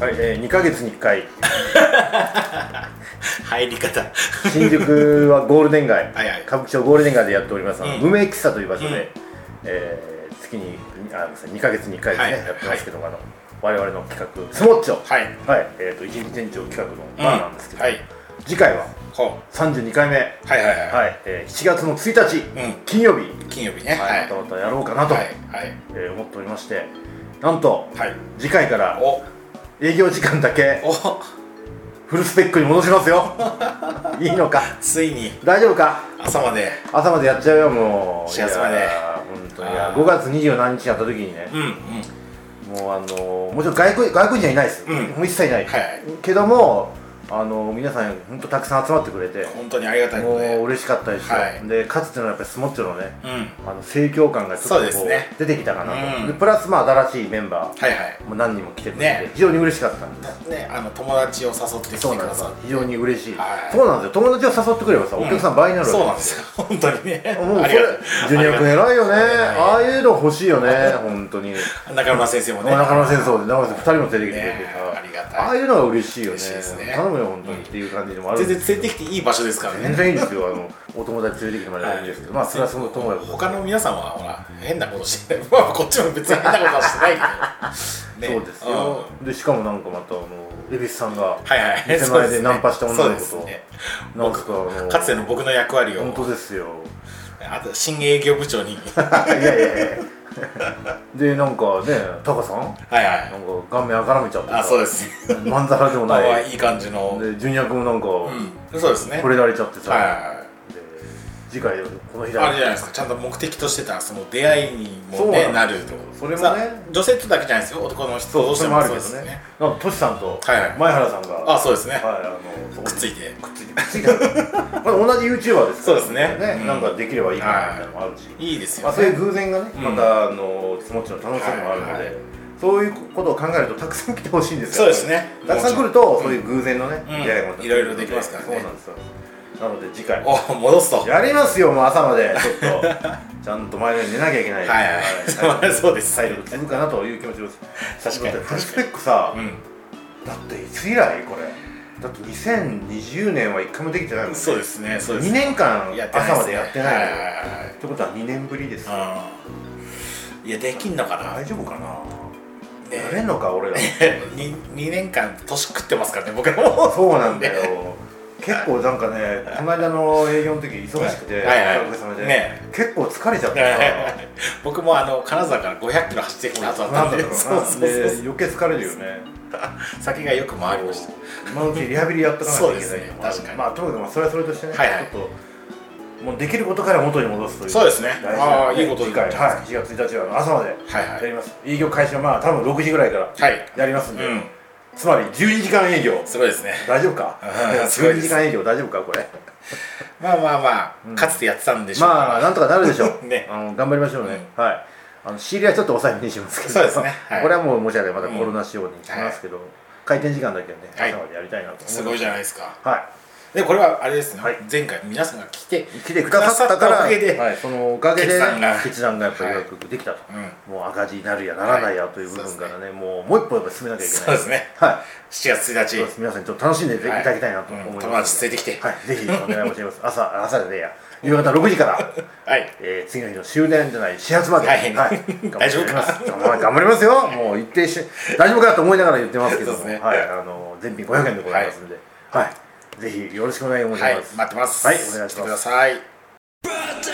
[SPEAKER 1] はい、えー、2ヶ月に1回
[SPEAKER 7] 入り方
[SPEAKER 1] 新宿はゴールデン街
[SPEAKER 7] はいはい
[SPEAKER 1] 歌舞伎町ゴールデン街でやっております、あの
[SPEAKER 7] うん
[SPEAKER 1] 無名喫茶という場所で、
[SPEAKER 7] うん
[SPEAKER 1] えー月にあ2か月に1回ですね、
[SPEAKER 7] はい
[SPEAKER 1] やってますけども、あの我々の企画スモッチョ
[SPEAKER 7] はい
[SPEAKER 1] はい、えー、と一日店長企画のバーなんですけど、
[SPEAKER 7] はい
[SPEAKER 1] 次回は
[SPEAKER 7] ほ
[SPEAKER 1] 32回目、は
[SPEAKER 7] うはいはいはい、
[SPEAKER 1] いえー、7月の1日、
[SPEAKER 7] うん
[SPEAKER 1] 金曜日、
[SPEAKER 7] 金曜日ね
[SPEAKER 1] は、
[SPEAKER 7] はいい
[SPEAKER 1] またまたやろうかなと、
[SPEAKER 7] はい
[SPEAKER 1] えー思っておりましてなんと
[SPEAKER 7] はい
[SPEAKER 1] 次回から
[SPEAKER 7] お
[SPEAKER 1] 営業時間だけ
[SPEAKER 7] お
[SPEAKER 1] フルスペックに戻しますよいいのか
[SPEAKER 7] ついに
[SPEAKER 1] 大丈夫か
[SPEAKER 7] 朝まで
[SPEAKER 1] 朝までやっちゃうよもう
[SPEAKER 7] 4月まで
[SPEAKER 1] いやー本当にいや
[SPEAKER 7] あー
[SPEAKER 1] 5月27日にやった時にね
[SPEAKER 7] うんうん
[SPEAKER 1] もうあのーもちろん外国外国人はいないです、
[SPEAKER 7] うん
[SPEAKER 1] もう一切いない、
[SPEAKER 7] はい
[SPEAKER 1] けどもあのー皆さん本当たくさん集まってくれて
[SPEAKER 7] 本当にありがたいこ
[SPEAKER 1] も
[SPEAKER 7] と
[SPEAKER 1] う
[SPEAKER 7] でう
[SPEAKER 1] 嬉しかったですよ、
[SPEAKER 7] はい
[SPEAKER 1] でかつてのやっぱりスモッチョのね
[SPEAKER 7] ん
[SPEAKER 1] あの盛況感がちょっと
[SPEAKER 7] そうで
[SPEAKER 1] こ
[SPEAKER 7] す
[SPEAKER 1] う
[SPEAKER 7] ね
[SPEAKER 1] 出てきたかなと、
[SPEAKER 7] うん
[SPEAKER 1] でプラスまあ新しいメンバ
[SPEAKER 7] はいはい
[SPEAKER 1] ーも何人も来てくれて、
[SPEAKER 7] ね
[SPEAKER 1] 非常に嬉しかったんです
[SPEAKER 7] ねあの友達を誘ってき
[SPEAKER 1] そ
[SPEAKER 7] て
[SPEAKER 1] う
[SPEAKER 7] く
[SPEAKER 1] なん
[SPEAKER 7] だ
[SPEAKER 1] です
[SPEAKER 7] さ
[SPEAKER 1] よ
[SPEAKER 7] っ
[SPEAKER 1] 非常に嬉しい、
[SPEAKER 7] はい
[SPEAKER 1] そうなんですよ友達を誘ってくればさお客さん倍にな
[SPEAKER 7] て
[SPEAKER 1] るわけ、
[SPEAKER 7] そうなんですよ本当にね
[SPEAKER 1] もうこ
[SPEAKER 7] あ
[SPEAKER 1] れ
[SPEAKER 7] りがと
[SPEAKER 1] ジュニア君偉いよね
[SPEAKER 7] い
[SPEAKER 1] ああいうの欲しいよね本当に
[SPEAKER 7] う中村先生もね
[SPEAKER 1] 中村先生で中村先生2人も出てきてくれて
[SPEAKER 7] ね
[SPEAKER 1] さ
[SPEAKER 7] ありがたい
[SPEAKER 1] ああいうのは嬉しいよね
[SPEAKER 7] 嬉しいですね
[SPEAKER 1] 頼むよ本当にっていう感じでもある
[SPEAKER 7] 全
[SPEAKER 1] んで
[SPEAKER 7] 然
[SPEAKER 1] す
[SPEAKER 7] 連れてきていい場所ですから
[SPEAKER 1] 全
[SPEAKER 7] ね
[SPEAKER 1] 然いいんですよあのお友達連れてきてもらえるんですけどまあそれはその友達
[SPEAKER 7] 他の皆さんはほら変なことしてないまあこっちも別に変なことはしてないけ ど、
[SPEAKER 1] そうですよでしかもなんかまたあの恵比寿さんが
[SPEAKER 7] はいはい
[SPEAKER 1] 店前でナンパした女の子と
[SPEAKER 7] そうですね
[SPEAKER 1] なんかあの
[SPEAKER 7] かつての僕の役割
[SPEAKER 1] 本
[SPEAKER 7] を
[SPEAKER 1] 当ですよ
[SPEAKER 7] あと新営業部長 に
[SPEAKER 1] いやいやい やでなんかねタカさん
[SPEAKER 7] はいは
[SPEAKER 1] ないんか顔面あからめちゃって
[SPEAKER 7] あそうですす
[SPEAKER 1] まんざらでも
[SPEAKER 7] ま
[SPEAKER 1] な
[SPEAKER 7] あ
[SPEAKER 1] い
[SPEAKER 7] いい感じの
[SPEAKER 1] でジュニア君もなんか、
[SPEAKER 7] うんそうですね
[SPEAKER 1] これられちゃってさ、
[SPEAKER 7] はいはいはい
[SPEAKER 1] で次回この日
[SPEAKER 7] あれじゃ
[SPEAKER 1] だ
[SPEAKER 7] ないですかちゃんと目的としてたその出会いにも
[SPEAKER 1] そうなん
[SPEAKER 7] ねなると
[SPEAKER 1] それもね
[SPEAKER 7] さ女性とだけじゃないですよ男の人
[SPEAKER 1] そ
[SPEAKER 7] ど
[SPEAKER 1] う
[SPEAKER 7] うし
[SPEAKER 1] それ
[SPEAKER 7] て
[SPEAKER 1] も
[SPEAKER 7] も
[SPEAKER 1] ある
[SPEAKER 7] そう
[SPEAKER 1] けど
[SPEAKER 7] です
[SPEAKER 1] ね
[SPEAKER 7] ね
[SPEAKER 1] なんかトシさんと
[SPEAKER 7] はいはい
[SPEAKER 1] 前原さんが、
[SPEAKER 7] あそうですね
[SPEAKER 1] はいあの
[SPEAKER 7] くっついて
[SPEAKER 1] くっついてくっついて まあ同じ YouTuber ですから
[SPEAKER 7] そうですねうん
[SPEAKER 1] なんかできればいいかなみたいなのもあるし、
[SPEAKER 7] いいです
[SPEAKER 1] まあ、
[SPEAKER 7] よ
[SPEAKER 1] そういう
[SPEAKER 7] ね
[SPEAKER 1] 偶然がね
[SPEAKER 7] うん
[SPEAKER 1] またあの気持ちの楽しさもあるので、
[SPEAKER 7] はいはい
[SPEAKER 1] そういうことを考えるとたくさん来てほしいんです
[SPEAKER 7] そう
[SPEAKER 1] よ
[SPEAKER 7] ですね
[SPEAKER 1] たくさん来るとそういう偶然のね、
[SPEAKER 7] うん
[SPEAKER 1] 出会いもた
[SPEAKER 7] いろいろできますからね
[SPEAKER 1] そうなんですよなので次回
[SPEAKER 7] お戻すとはい
[SPEAKER 1] やりますよもう朝ま でちょっとちゃんと前のように寝なきゃいけない
[SPEAKER 7] はいそうです
[SPEAKER 1] 体力続くかなという気持ちです
[SPEAKER 7] 確かに
[SPEAKER 1] フルスペックさ、
[SPEAKER 7] うん
[SPEAKER 1] だっていつ以来これだって2020年は一回もできてないもん
[SPEAKER 7] そうですねそうです
[SPEAKER 1] 2年間
[SPEAKER 7] やってない
[SPEAKER 1] 朝
[SPEAKER 7] す
[SPEAKER 1] まで
[SPEAKER 7] ね
[SPEAKER 1] やってないの
[SPEAKER 7] は
[SPEAKER 1] よ
[SPEAKER 7] いはいはい
[SPEAKER 1] ってことは2年ぶりですよ
[SPEAKER 7] うんいやできんのかな
[SPEAKER 1] 大丈夫かな
[SPEAKER 7] ね
[SPEAKER 1] やれんのか俺ら
[SPEAKER 7] 2, 2年間年食ってますからね僕らも
[SPEAKER 1] そうなんだよ 結構なんかねこの間の営業の時忙しくてお
[SPEAKER 7] はいはいはい
[SPEAKER 1] かげさまで
[SPEAKER 7] ね
[SPEAKER 1] 結構疲れちゃっ
[SPEAKER 7] はいはい
[SPEAKER 1] て
[SPEAKER 7] はい僕もあの金沢から500キロ走ってきた後
[SPEAKER 1] さ
[SPEAKER 7] だったん
[SPEAKER 1] なんだ
[SPEAKER 7] で
[SPEAKER 1] ろうな
[SPEAKER 7] そうそうそう
[SPEAKER 1] で余計疲れるよね
[SPEAKER 7] 先がよく回りまし
[SPEAKER 1] 今のうちリハビリやっとかなきゃいけ
[SPEAKER 7] そう
[SPEAKER 1] ない
[SPEAKER 7] ですね
[SPEAKER 1] まあ
[SPEAKER 7] 確かに
[SPEAKER 1] まあとにかくまあそれはそれとしてね、
[SPEAKER 7] はいはい
[SPEAKER 1] ちょっともうできることから元に戻すという
[SPEAKER 7] そうですね
[SPEAKER 1] 大事な
[SPEAKER 7] ああいいこと
[SPEAKER 1] 次回
[SPEAKER 7] じゃ
[SPEAKER 1] はい
[SPEAKER 7] ない
[SPEAKER 1] 4月1日は朝まで
[SPEAKER 7] たはいは
[SPEAKER 1] や
[SPEAKER 7] い
[SPEAKER 1] ります、営業開始はまあ多分6時ぐらいから
[SPEAKER 7] はい
[SPEAKER 1] やりますんで、
[SPEAKER 7] うん
[SPEAKER 1] つまり12時間営業
[SPEAKER 7] すごいですね
[SPEAKER 1] 大丈夫か
[SPEAKER 7] うんすごい
[SPEAKER 1] 12
[SPEAKER 7] です
[SPEAKER 1] 時間営業大丈夫かこれ
[SPEAKER 7] まあまあまあ、かつてやってたんでしょうから
[SPEAKER 1] まあなんとかなるでしょう
[SPEAKER 7] ね
[SPEAKER 1] あの頑張りましょうね、はいあの仕入れはちょっと抑えめにしますけど
[SPEAKER 7] そうですねはい
[SPEAKER 1] これはもう申し訳ないまたコロナ仕様にしますけど、開店時間だけはね
[SPEAKER 7] はい
[SPEAKER 1] 朝までやりたいなと思います
[SPEAKER 7] すごいじゃないですか
[SPEAKER 1] はい
[SPEAKER 7] でこれはあれですね、
[SPEAKER 1] はい
[SPEAKER 7] 前回皆さんが来て
[SPEAKER 1] 来てくださったか
[SPEAKER 7] くだ
[SPEAKER 1] ら
[SPEAKER 7] おかげで、
[SPEAKER 1] はい、そのおかげで
[SPEAKER 7] 決断が
[SPEAKER 1] 決断がやっぱりうまくできたと、
[SPEAKER 7] う
[SPEAKER 1] もう赤字になるやならないやという部分からね、もうもう一歩やっぱ進めなきゃいけない
[SPEAKER 7] そうですね
[SPEAKER 1] はい
[SPEAKER 7] 7月1日
[SPEAKER 1] そうです皆さんにちょっと楽しんでいただきたいなと思います、
[SPEAKER 7] 友達連れてきて
[SPEAKER 1] はい、ぜひお願い申し上げます朝朝でねや夕方6時から、
[SPEAKER 7] はい
[SPEAKER 1] えー次の日の終電じゃない始発まで、
[SPEAKER 7] はい 大丈夫か
[SPEAKER 1] か頑張りますよもう一定 し大丈夫かと思いながら言ってますけども、
[SPEAKER 7] そうですね
[SPEAKER 1] はい、あの全品500円でございますんで、はいぜひよろしくお願い申し
[SPEAKER 7] は
[SPEAKER 1] 上
[SPEAKER 7] い
[SPEAKER 1] げます、
[SPEAKER 7] 待ってます
[SPEAKER 1] はいお願いします
[SPEAKER 7] 来てください
[SPEAKER 8] Brought